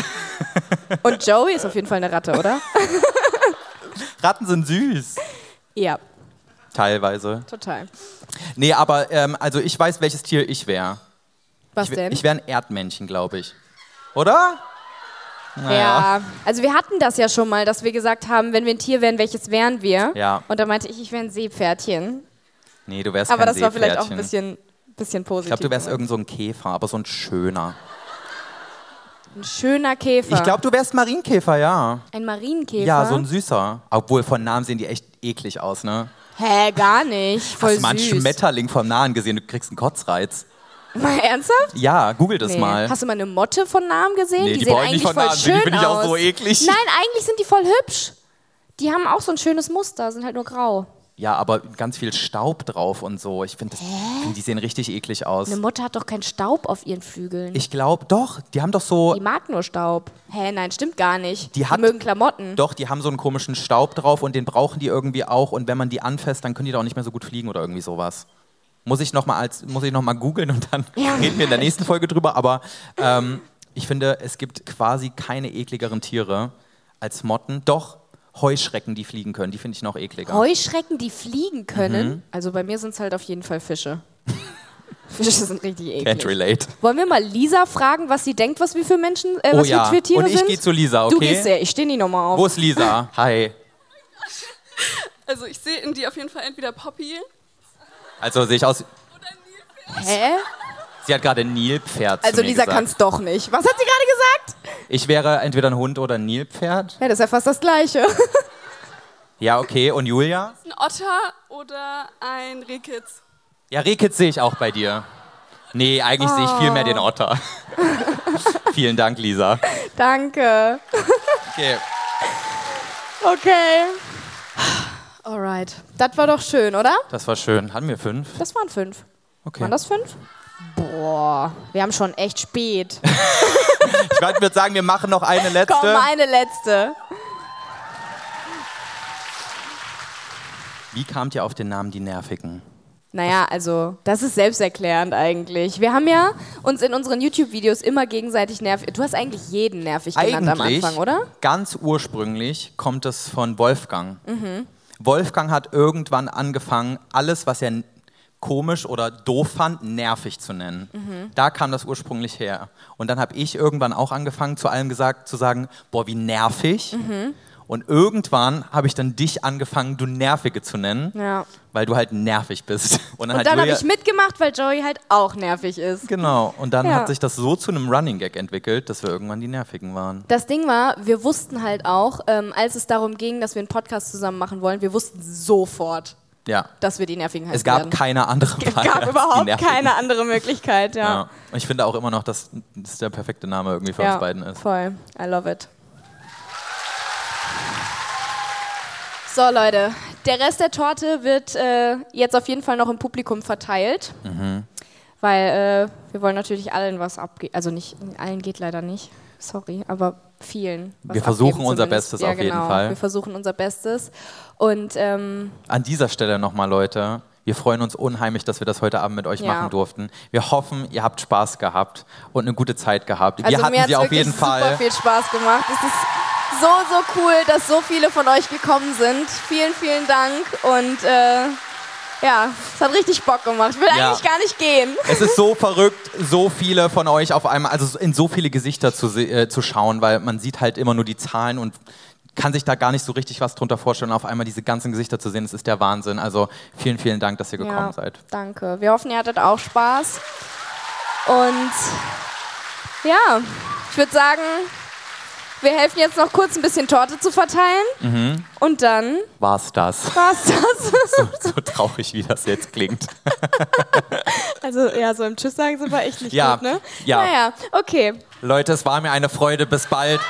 und Joey ist auf jeden Fall eine Ratte, oder? Ratten sind süß. Ja, Teilweise. total. Nee, aber ähm, also ich weiß, welches Tier ich wäre. Was Ich, wär- denn? ich wäre ein Erdmännchen, glaube ich. Oder? Ja, also wir hatten das ja schon mal, dass wir gesagt haben, wenn wir ein Tier wären, welches wären wir? Ja. Und da meinte ich, ich wäre ein Seepferdchen. Nee, du wärst Aber kein das war vielleicht auch ein Seepferdchen. bisschen, bisschen Ich positiv. glaube, du wärst irgend so ein Käfer, aber so ein schöner. ein schöner Käfer. Ich glaube, du wärst Marienkäfer, ja. ein Marienkäfer. Ja, so ein süßer. Obwohl, von Namen sehen die echt eklig aus, ne? Hä, gar nicht. Voll Hast du mal einen süß. Schmetterling vom Nahen gesehen? Du kriegst einen Kotzreiz. Mal ernsthaft? Ja, google das Nee. mal. Hast du mal eine Motte von Namen gesehen? Nee, die die sehen brauche ich eigentlich nicht von voll Namen sehen, schön die finde ich auch aus. so eklig. Nein, eigentlich sind die voll hübsch. Die haben auch so ein schönes Muster, sind halt nur grau. ja, aber ganz viel Staub drauf und so. Ich finde, das- find, die sehen richtig eklig aus. Eine Motte hat doch keinen Staub auf ihren Flügeln. Ich glaube, doch, die haben doch so. die mag nur Staub. Hä, nein, stimmt gar nicht. Die hat- die mögen Klamotten. Doch, die haben so einen komischen Staub drauf und den brauchen die irgendwie auch. Und wenn man die anfasst, dann können die da auch nicht mehr so gut fliegen oder irgendwie sowas. Muss ich nochmal als muss ich noch mal googeln und dann reden wir in der nächsten Folge drüber. Aber ähm, ich finde, es gibt quasi keine ekligeren Tiere als Motten. Doch Heuschrecken, die fliegen können, die finde ich noch ekliger. Heuschrecken, die fliegen können. Mhm. Also bei mir sind es halt auf jeden Fall Fische. Fische sind richtig Can't eklig. relate. Wollen wir mal Lisa fragen, was sie denkt, was wir für Menschen, äh, was wir für Tiere Oh und ich sind? gehe zu Lisa, okay? Du gehst ja, ich stehe nicht nochmal auf. Wo ist Lisa? Hi. Also ich sehe in die auf jeden Fall entweder Poppy Also sehe ich aus. Hä? Sie hat gerade Nilpferd. Also zu mir Lisa gesagt. kann es doch nicht. Was hat sie gerade gesagt? Ich wäre entweder ein Hund oder ein Nilpferd. Ja, das ist ja fast das Gleiche. Ja, okay. Und Julia? ein Otter oder ein Rehkitz. Ja, Rehkitz sehe ich auch bei dir. Nee, eigentlich sehe ich viel Oh. mehr den Otter. Vielen Dank, Lisa. Danke. Okay. Okay. Alright. Das war doch schön, oder? Das war schön. Hatten wir fünf? Das waren fünf. Okay. Waren das fünf? Boah, wir haben schon echt spät. Ich würde sagen, wir machen noch eine letzte. Komm, eine letzte. Wie kamt ihr auf den Namen die Nervigen? Naja, also das ist selbsterklärend eigentlich. Wir haben ja uns in unseren YouTube-Videos immer gegenseitig nervig. Du hast eigentlich jeden nervig genannt am Anfang, oder? Ganz ursprünglich kommt es von Wolfgang. Wolfgang hat irgendwann angefangen, alles, was er n- komisch oder doof fand, nervig zu nennen. Da kam das ursprünglich her. Und dann habe ich irgendwann auch angefangen, zu allem gesagt, zu sagen, boah, wie nervig. Und irgendwann habe ich dann dich angefangen, du Nervige zu nennen, Ja. weil du halt nervig bist. Und Und hat dann habe Julia- ich mitgemacht, weil Joey halt auch nervig ist. Genau, und dann Ja. hat sich das so zu einem Running Gag entwickelt, dass wir irgendwann die Nervigen waren. Das Ding war, wir wussten halt auch, ähm, als es darum ging, dass wir einen Podcast zusammen machen wollen, wir wussten sofort, Ja. dass wir die Nervigen heißen Es gab werden. keine andere es Wahl als gab die überhaupt Nervigen. keine andere Möglichkeit, ja. Ja. Und ich finde auch immer noch, dass das der perfekte Name irgendwie für ja uns beiden ist. Voll. I love it. So, Leute, der Rest der Torte wird äh, jetzt auf jeden Fall noch im Publikum verteilt. Mhm. Weil äh, wir wollen natürlich allen was abgeben. Also nicht, allen geht leider nicht. Sorry, aber vielen. was Wir versuchen abgeben unser zumindest. Bestes ja, auf jeden genau. Fall. Wir versuchen unser Bestes. Und ähm, An dieser Stelle nochmal, Leute. Wir freuen uns unheimlich, dass wir das heute Abend mit euch Ja. machen durften. Wir hoffen, ihr habt Spaß gehabt und eine gute Zeit gehabt. also wir mir hatten hat's sie auf wirklich jeden Fall. super viel Spaß gemacht. Es ist so, so cool, dass so viele von euch gekommen sind. Vielen, vielen Dank. Und äh, ja, es hat richtig Bock gemacht. Ich will Ja. eigentlich gar nicht gehen. Es ist so verrückt, so viele von euch auf einmal, also in so viele Gesichter zu, se- äh, zu schauen, weil man sieht halt immer nur die Zahlen und kann sich da gar nicht so richtig was drunter vorstellen, auf einmal diese ganzen Gesichter zu sehen. Es ist der Wahnsinn. Also vielen, vielen Dank, dass ihr gekommen ja, seid. Danke. Wir hoffen, ihr hattet auch Spaß. Und ja, ich würde sagen, wir helfen jetzt noch kurz ein bisschen Torte zu verteilen. Mhm. Und dann War's das? war's das. So, so traurig, wie das jetzt klingt. Also ja, so im Tschüss sagen sind wir echt nicht Ja, gut, ne? ja. Naja, okay. Leute, es war mir eine Freude. Bis bald.